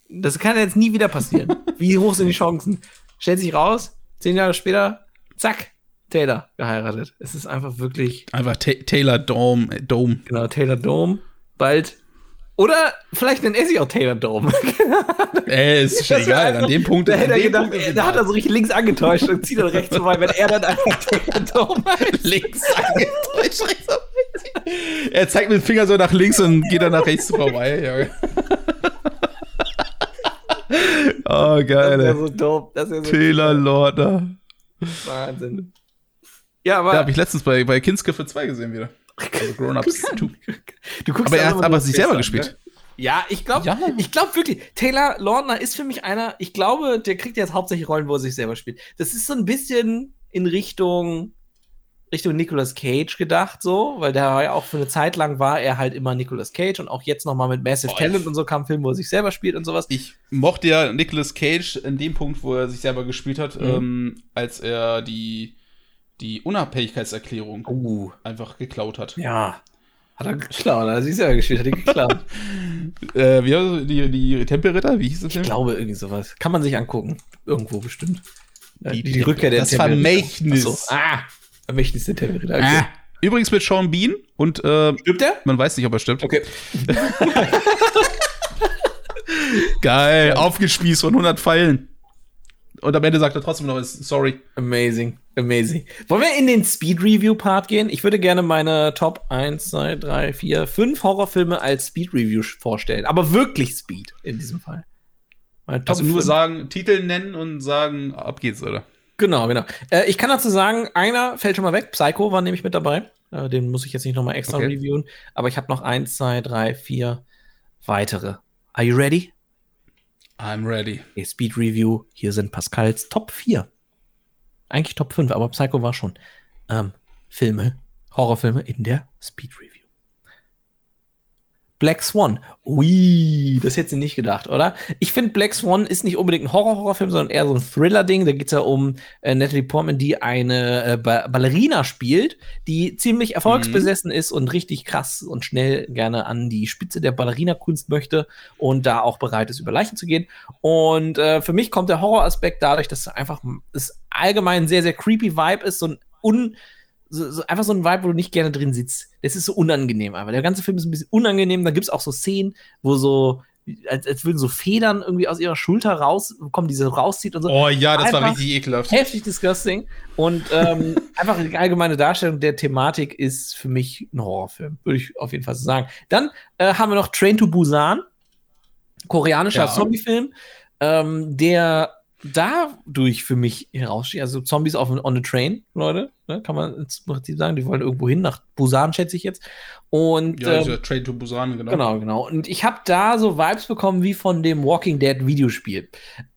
Das kann ja jetzt nie wieder passieren. Wie hoch sind die Chancen? Stellt sich raus, zehn Jahre später, zack, Taylor geheiratet. Es ist einfach wirklich, Einfach Ta Taylor Dome. äh, Dome. genau, Taylor Dome, bald. Oder vielleicht nennt er sich auch Taylor Dome. Ey, ist schon Das wär egal. einfach- An dem Punkt, Da an hätte er dem gedacht, Punkt ist äh, es da hat er egal. so richtig links angetäuscht und zieht dann rechts vorbei, wenn er dann einfach Taylor Dome heißt. links angetäuscht. rechts auf rechts. Er zeigt mit dem Finger so nach links und geht dann nach rechts vorbei. Ja. Oh, Das geil. ist ja ey. so dope. Das ist ja Taylor Lautner. so Wahnsinn. Ja, Da habe aber ich letztens bei, bei Kindskiffe 2 gesehen wieder. Also Grown-Ups 2. du guckst Aber dann er hat immer ne? aber so sich selber an, gespielt. Ja, ich glaube, Ja. ich glaube wirklich, Taylor Lautner ist für mich einer, ich glaube, der kriegt jetzt hauptsächlich Rollen, wo er sich selber spielt. Das ist so ein bisschen in Richtung Richtung Nicolas Cage gedacht, so, weil der war ja auch für eine Zeit lang war er halt immer Nicolas Cage und auch jetzt nochmal mit Massive Boah, Talent ich- und so kam ein Film, wo er sich selber spielt und sowas. Ich mochte ja Nicolas Cage in dem Punkt, wo er sich selber gespielt hat, ähm, als er die, die Unabhängigkeitserklärung Oh, einfach geklaut hat. ja. Hat er geklaut, hat er sich selber gespielt, hat er geklaut. Äh, wie haben die, die Tempelritter? Wie hieß das Ich denn? glaube, irgendwie sowas. Kann man sich angucken. Irgendwo bestimmt. Äh, Die- Die, die- Rückkehr der das Tempelritter. Vermächtnis. Ach so. Ah, Vermächtnis der Tempelritter. Okay. Ah. Übrigens mit Sean Bean und äh, Stimmt der? man weiß nicht, ob er stirbt. Okay. Geil, aufgespießt von 100 Pfeilen. Und am Ende sagt er trotzdem noch, sorry. Amazing. Amazing. Wollen wir in den Speed-Review-Part gehen? Ich würde gerne meine Top 1, 2, 3, 4, 5 Horrorfilme als Speed-Review vorstellen. Aber wirklich Speed in diesem Fall. Meine Top Also nur fünf- sagen, Titel nennen und sagen, ab geht's, oder? Genau, genau. Äh, ich kann dazu sagen, einer fällt schon mal weg. Psycho war nämlich mit dabei. Äh, den muss ich jetzt nicht nochmal extra Okay. reviewen. Aber ich habe noch eins, zwei, drei, vier weitere. Are you ready? I'm ready. Okay, Speed Review. Hier sind Pascals Top 4. Eigentlich Top 5, aber Psycho war schon. Ähm, Filme, Horrorfilme in der Speed Review. Black Swan. Ui, das hätte sie nicht gedacht, oder? Ich finde, Black Swan ist nicht unbedingt ein Horror-Horrorfilm, sondern eher so ein Thriller-Ding. Da geht es ja um äh, Natalie Portman, die eine äh, ba Ballerina spielt, die ziemlich erfolgsbesessen ist und richtig krass und schnell gerne an die Spitze der Ballerina-Kunst möchte und da auch bereit ist, über Leichen zu gehen. Und äh, für mich kommt der Horroraspekt dadurch, dass einfach es allgemein ein sehr, sehr creepy Vibe ist, so ein un so, so einfach so ein Vibe, wo du nicht gerne drin sitzt. Das ist so unangenehm, aber der ganze Film ist ein bisschen unangenehm. Da gibt es auch so Szenen, wo so, als, als würden so Federn irgendwie aus ihrer Schulter rauskommen, die sie rauszieht und so. Oh ja, das war Einfach- richtig ekelhaft. Heftig disgusting. Und ähm, einfach die allgemeine Darstellung der Thematik ist für mich ein Horrorfilm, würde ich auf jeden Fall so sagen. Dann äh, haben wir noch Train to Busan, koreanischer Ja. Zombiefilm, ähm, der dadurch für mich heraussteht. Also Zombies auf, on the Train, Leute, ne, kann man im Prinzip sagen. Die wollen irgendwo hin, nach Busan, schätze ich jetzt. Und Ja, ähm, dieser Trade to Busan, genau. Genau, genau. Und ich habe da so Vibes bekommen wie von dem Walking Dead Videospiel.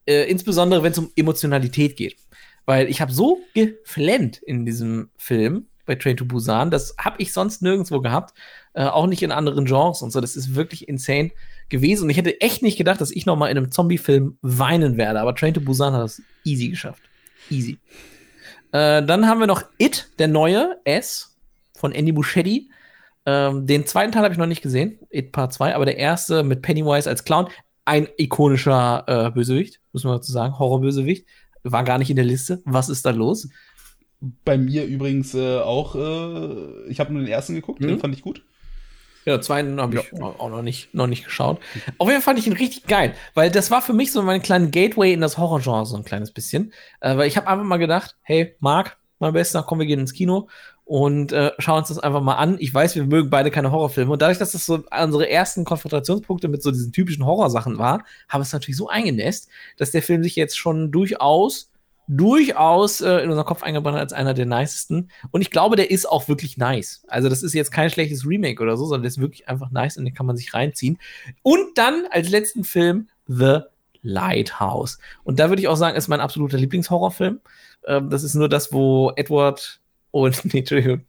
Äh, insbesondere wenn es um Emotionalität geht. Weil ich habe so geflennt in diesem Film bei Train to Busan. Das habe ich sonst nirgendwo gehabt. Äh, auch nicht in anderen Genres und so. Das ist wirklich insane gewesen. Und ich hätte echt nicht gedacht, dass ich noch mal in einem Zombie-Film weinen werde. Aber Train to Busan hat das easy geschafft. Easy. Äh, dann haben wir noch It, der neue, S, von Andy Muschietti. Ähm, den zweiten Teil habe ich noch nicht gesehen, It Part 2, aber der erste mit Pennywise als Clown, ein ikonischer äh, Bösewicht, muss man dazu sagen, Horrorbösewicht, war gar nicht in der Liste. Was ist da los? Bei mir übrigens äh, auch, äh, ich habe nur den ersten geguckt, Mhm. den fand ich gut. Ja, zweiten habe ich auch noch nicht, noch nicht geschaut. Auf jeden Fall fand ich ihn richtig geil, weil das war für mich so mein kleiner Gateway in das Horrorgenre, so ein kleines bisschen. Äh, weil ich habe einfach mal gedacht, hey, Marc, mein Bester, komm, wir gehen ins Kino und äh, schauen uns das einfach mal an. Ich weiß, wir mögen beide keine Horrorfilme. Und dadurch, dass das so unsere ersten Konfrontationspunkte mit so diesen typischen Horrorsachen war, haben wir es natürlich so eingenässt, dass der Film sich jetzt schon durchaus durchaus äh, in unseren Kopf eingebrannt hat als einer der nicesten. Und ich glaube, der ist auch wirklich nice. Also das ist jetzt kein schlechtes Remake oder so, sondern der ist wirklich einfach nice und den kann man sich reinziehen. Und dann als letzten Film The Lighthouse. Und da würde ich auch sagen, ist mein absoluter Lieblingshorrorfilm. Ähm, das ist nur das, wo Edward und, nee, Entschuldigung,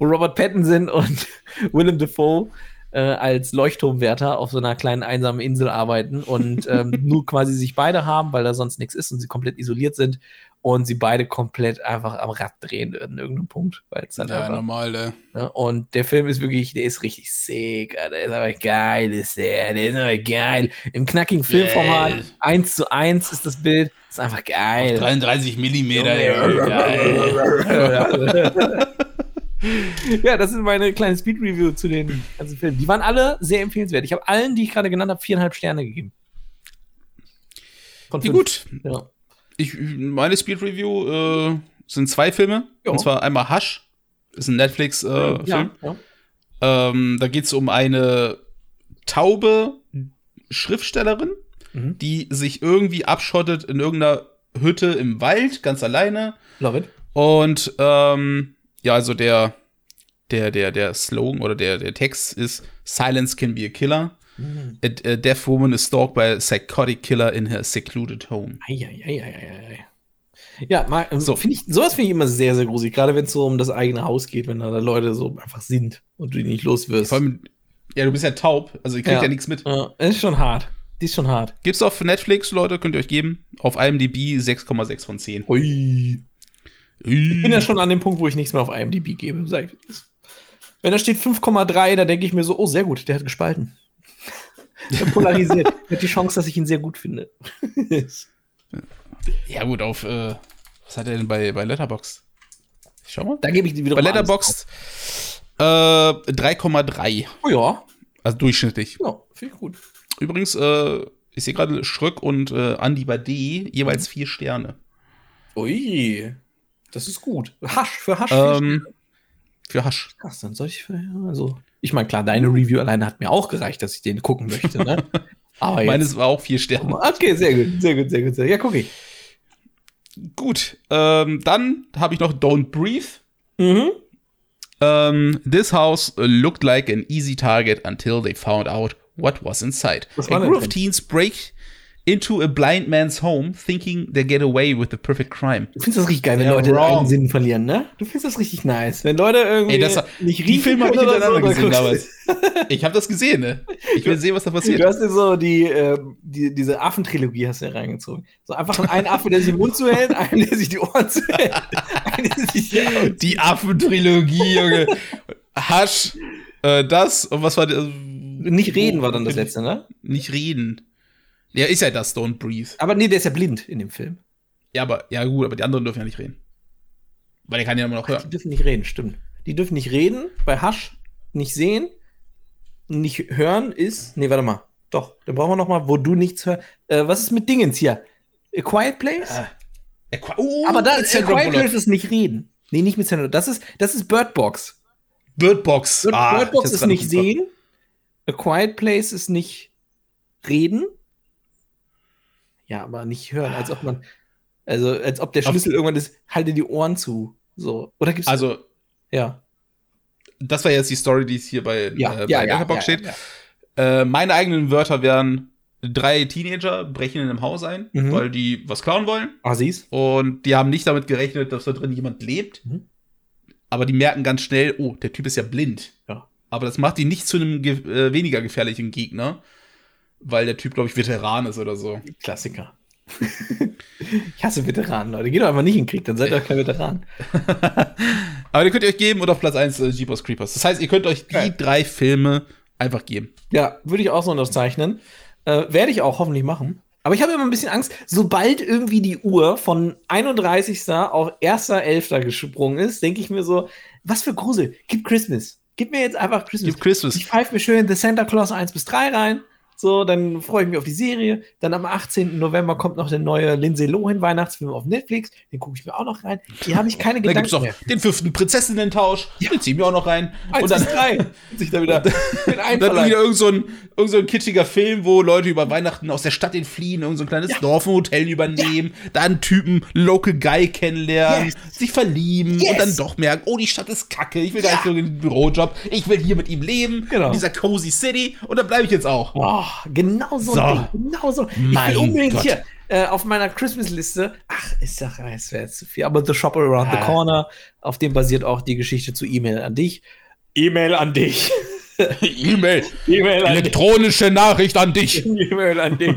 wo Robert Pattinson und Willem Dafoe äh, als Leuchtturmwärter auf so einer kleinen einsamen Insel arbeiten und ähm, nur quasi sich beide haben, weil da sonst nichts ist und sie komplett isoliert sind und sie beide komplett einfach am Rad drehen an irgendeinem Punkt. Weil es dann Ja, einfach, normal, äh. ne? Und der Film ist wirklich, der ist richtig sick, Alter. der ist aber geil, ist der, der ist aber geil. Im knackigen Filmformat, Geil. 1 zu 1 ist das Bild, ist einfach geil. 33 Millimeter, Junge. ey. ja, das sind meine kleinen Speed-Review zu den ganzen Filmen. Die waren alle sehr empfehlenswert. Ich habe allen, die ich gerade genannt habe, viereinhalb Sterne gegeben. Von Die fünf. gut. Ja. Ich, meine Speed Review äh, sind zwei Filme. Ja. Und zwar einmal Hush. Ist ein Netflix-Film. Ja, ja. Ähm, da geht es um eine taube Schriftstellerin, Mhm. die sich irgendwie abschottet in irgendeiner Hütte im Wald, ganz alleine. Love it. Und ähm, ja, also der, der, der, der Slogan oder der, der Text ist Silence can be a killer. A, a deaf woman is stalked by a psychotic killer in her secluded home. Eieieiei. Ja, mal, ähm, So. so. find ich, sowas finde ich immer sehr, sehr gruselig. Gerade wenn es so um das eigene Haus geht, wenn da Leute so einfach sind und du die nicht los wirst. Vor allem, ja, du bist ja taub, also ihr kriegt ja, Ja. nichts mit. Ja, das ist schon hart. Die ist schon hart. Gibt's auf Netflix, Leute, könnt ihr euch geben. Auf IMDb 6,6 von 10. Ui. Ich bin ja schon an dem Punkt, wo ich nichts mehr auf IMDb gebe. Sag ich. Wenn da steht 5,3, da denke ich mir so, oh, sehr gut, der hat gespalten. Der polarisiert. der hat die Chance, dass ich ihn sehr gut finde. Ja, gut, auf, äh, was hat er denn bei, bei Letterboxd? Ich schau mal. da gebe ich die wieder Bei Letterboxd äh, 3,3. Oh ja, Also durchschnittlich. ja finde ich gut. Übrigens, äh, ich sehe gerade Schröck und äh, Andy bei D jeweils Mhm. vier Sterne. Ui, das ist gut. Hasch, für Hasch. Ähm, für Hasch. Krass, dann soll ich, also, ich meine, klar, deine Review alleine hat mir auch gereicht, dass ich den gucken möchte, ne? Aber jetzt, Meines war auch vier Sterne. okay, sehr gut, sehr gut, sehr gut, sehr gut. Ja, guck ich. Gut, ähm, dann habe ich noch Don't Breathe. Mhm. Ähm, this house looked like an easy target until they found out what was inside. Was a war denn group of drin? teens break into a blind man's home, thinking they get away with the perfect crime. Du findest das richtig geil, wenn Ja, Leute wrong. den Sinn verlieren, ne? Du findest das richtig nice. Wenn Leute irgendwie Ey, das, nicht die Filme habe ich können oder Oh hintereinander so, gesehen dann damals. guckst Ich habe das gesehen, ne? Ich will sehen, was da Du Du passiert. hast dir so die, äh, die, diese Affentrilogie hast du ja reingezogen. So einfach einen Affe, der sich den Mund zuhält, einen, der sich die Ohren zuhält, einen, der sich die Augen. Die Affentrilogie, Junge. Hasch, äh, das und was war äh, das? Nicht reden war dann das letzte, ne? Nicht reden. Ja, ist ja das, Don't Breathe. Aber nee, der ist ja blind in dem Film. Ja, aber, ja gut, aber die anderen dürfen ja nicht reden. Weil der kann ja immer noch hören. Die dürfen nicht reden, stimmt. Die dürfen nicht reden, bei Hasch nicht sehen, nicht hören ist. Nee, warte mal. Doch, dann brauchen wir noch mal, wo du nichts hörst. Äh, was ist mit Dingens hier? A Quiet Place? Er qua- Oh, Aber da mit ist ja Sandra Ah. Äh, Quiet Bullock. Place ist nicht reden. Nee, nicht mit Sandra. Das ist, das ist Bird Box. Bird Box. Bird, Ah, Bird Box das ist war nicht noch- sehen. A Quiet Place ist nicht reden. Ja, aber nicht hören, als ob man, also als ob der Auf- Schlüssel irgendwann ist, halte die Ohren zu. So. Oder gibt's Also, ja. das war jetzt die Story, die es hier bei, Ja, äh, ja, bei ja, Letterboxd ja, steht. Äh, meine eigenen Wörter wären: drei Teenager brechen in einem Haus ein, Mhm. weil die was klauen wollen. Assis. Und die haben nicht damit gerechnet, dass da drin jemand lebt. Mhm. Aber die merken ganz schnell: oh, der Typ ist ja blind. Ja. Aber das macht die nicht zu einem ge äh, weniger gefährlichen Gegner, weil der Typ, glaube ich, Veteran ist oder so. Klassiker. ich hasse Veteranen, Leute. Geht doch einfach nicht in den Krieg, dann seid ihr doch kein Veteran. Aber den könnt ihr euch geben und auf Platz 1 äh, Jeepers Creepers. Das heißt, ihr könnt euch die Geil. drei Filme einfach geben. Ja, würde ich auch so unterzeichnen. Äh, werde ich auch hoffentlich machen. Aber ich habe immer ein bisschen Angst, sobald irgendwie die Uhr von 31. auf 1.11. gesprungen ist, denke ich mir so, was für Grusel. Gib Christmas. Gib mir jetzt einfach Christmas. Gib Christmas. Ich pfeife mir schön The Santa Claus 1 bis 3 rein. So, dann freue ich mich auf die Serie. Dann am 18. November kommt noch der neue Lindsay Lohan Weihnachtsfilm auf Netflix. Den gucke ich mir auch noch rein. Hier habe ich keine Da Gedanken gibt's noch mehr. den fünften Prinzessinnen-Tausch. Den ziehen wir auch noch rein. Eins Und dann, bis drei. Und sich da wieder den dann wieder einverleibt. irgend so, ein, irgend so ein kitschiger Film, wo Leute über Weihnachten aus der Stadt entfliehen, irgend so ein kleines Dorf, ein Hotel übernehmen, da einen Typen, Local Guy kennenlernen, sich verlieben Yes. und dann doch merken, oh, die Stadt ist kacke, ich will gar nicht so einen Bürojob, ich will hier mit ihm leben, Genau. in dieser cozy City und da bleibe ich jetzt auch. Oh, genau so, So. ein Ding. Genau so. Mein ich will unbedingt Gott. hier äh, auf meiner Christmas-Liste. Ach, ich sag, es wäre zu viel. Aber The Shop Around Ah. the Corner, auf dem basiert auch die Geschichte zu E-Mail an dich. E-Mail an dich. E-Mail. E-Mail an dich. Elektronische Nachricht an dich. E-Mail an dich.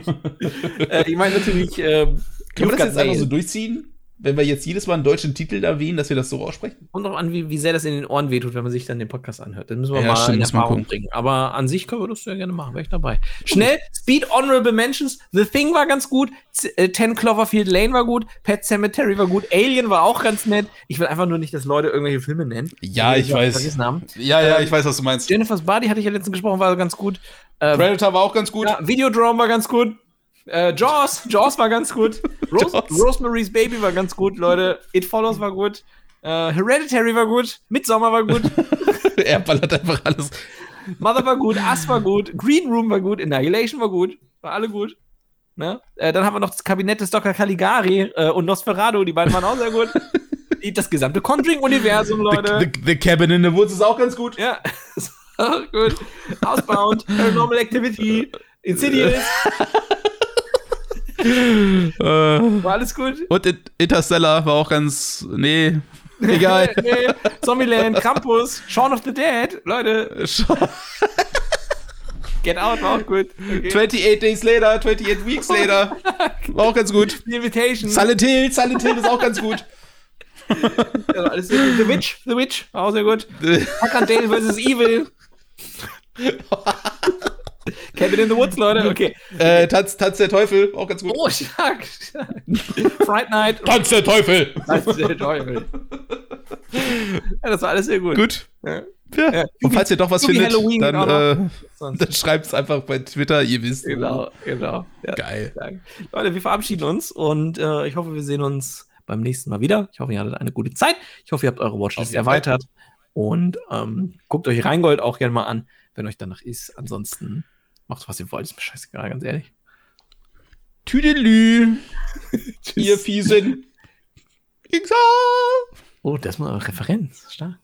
äh, ich meine natürlich. Äh, Können wir das jetzt einfach so Mail. durchziehen? Wenn wir jetzt jedes Mal einen deutschen Titel erwähnen, dass wir das so aussprechen? Kommt drauf an, wie, wie sehr das in den Ohren wehtut, wenn man sich dann den Podcast anhört. Dann müssen wir Ja, mal stimmt, in muss man Erfahrung gucken. bringen. Aber an sich können wir das sehr gerne machen. Wäre ich dabei. Schnell, Speed Honorable Mentions. The Thing war ganz gut. Z äh, 10 Cloverfield Lane war gut. Pet Cemetery war gut. Alien war auch ganz nett. Ich will einfach nur nicht, dass Leute irgendwelche Filme nennen. Ja, die ich wir weiß. Vergessen haben. Ja, ja, ich weiß, was du meinst. Jennifer's Body hatte ich ja letztens gesprochen, war ganz gut. Äh, Predator war auch ganz gut. ja, Videodrome war ganz gut. Äh, Jaws, Jaws war ganz gut. Ros Jaws. Rosemary's Baby war ganz gut, Leute. It Follows war gut. Äh, Hereditary war gut. Midsommar war gut. er ballert einfach alles. Mother war gut. Us war gut. Green Room war gut. Annihilation war gut. War alle gut. Ne? Äh, dann haben wir noch das Kabinett des Dr. Caligari äh, und Nosferatu. Die beiden waren auch sehr gut. Das gesamte Conjuring-Universum, Leute. The, the, the Cabin in the Woods ist auch ganz gut. Ja, ist auch gut. Outbound, Paranormal Activity, Insidious, Äh, war alles gut. und It- Interstellar war auch ganz. Nee. Egal. nee, nee. Zombieland, Krampus, Shaun of the Dead. Leute, Get Out war auch gut. Okay. 28 Days Later, 28 Weeks Later. War auch ganz gut. The Invitation. Silent Hill, Silent Hill ist auch ganz gut. also alles sehr gut. The Witch, The Witch, war auch sehr gut. Tuck and Dale vs. Evil. Cabin in the Woods, Leute, okay. äh, Tanz, Tanz der Teufel, auch ganz gut. Oh, stark, stark. Fright Night. Tanz der Teufel! Das ist der Teufel. Ja, das war alles sehr gut. Gut. Ja. Ja. Ja. Und falls ihr doch was Yugi findet, Halloween geht auch dann, äh, Sonst- dann schreibt es einfach bei Twitter, ihr wisst. Genau, genau. Ja. Geil. Danke. Leute, wir verabschieden uns und äh, ich hoffe, wir sehen uns beim nächsten Mal wieder. Ich hoffe, ihr hattet eine gute Zeit. Ich hoffe, ihr habt eure Watchlist jeden Fall. erweitert und ähm, guckt euch Reingold auch gerne mal an, wenn euch danach ist. Ansonsten macht, was ihr wollt. Ist mir scheißegal, ganz ehrlich. Tüdelü, ihr Tschüss. Fiesen. Ixa. Oh, das war eine Referenz. Stark.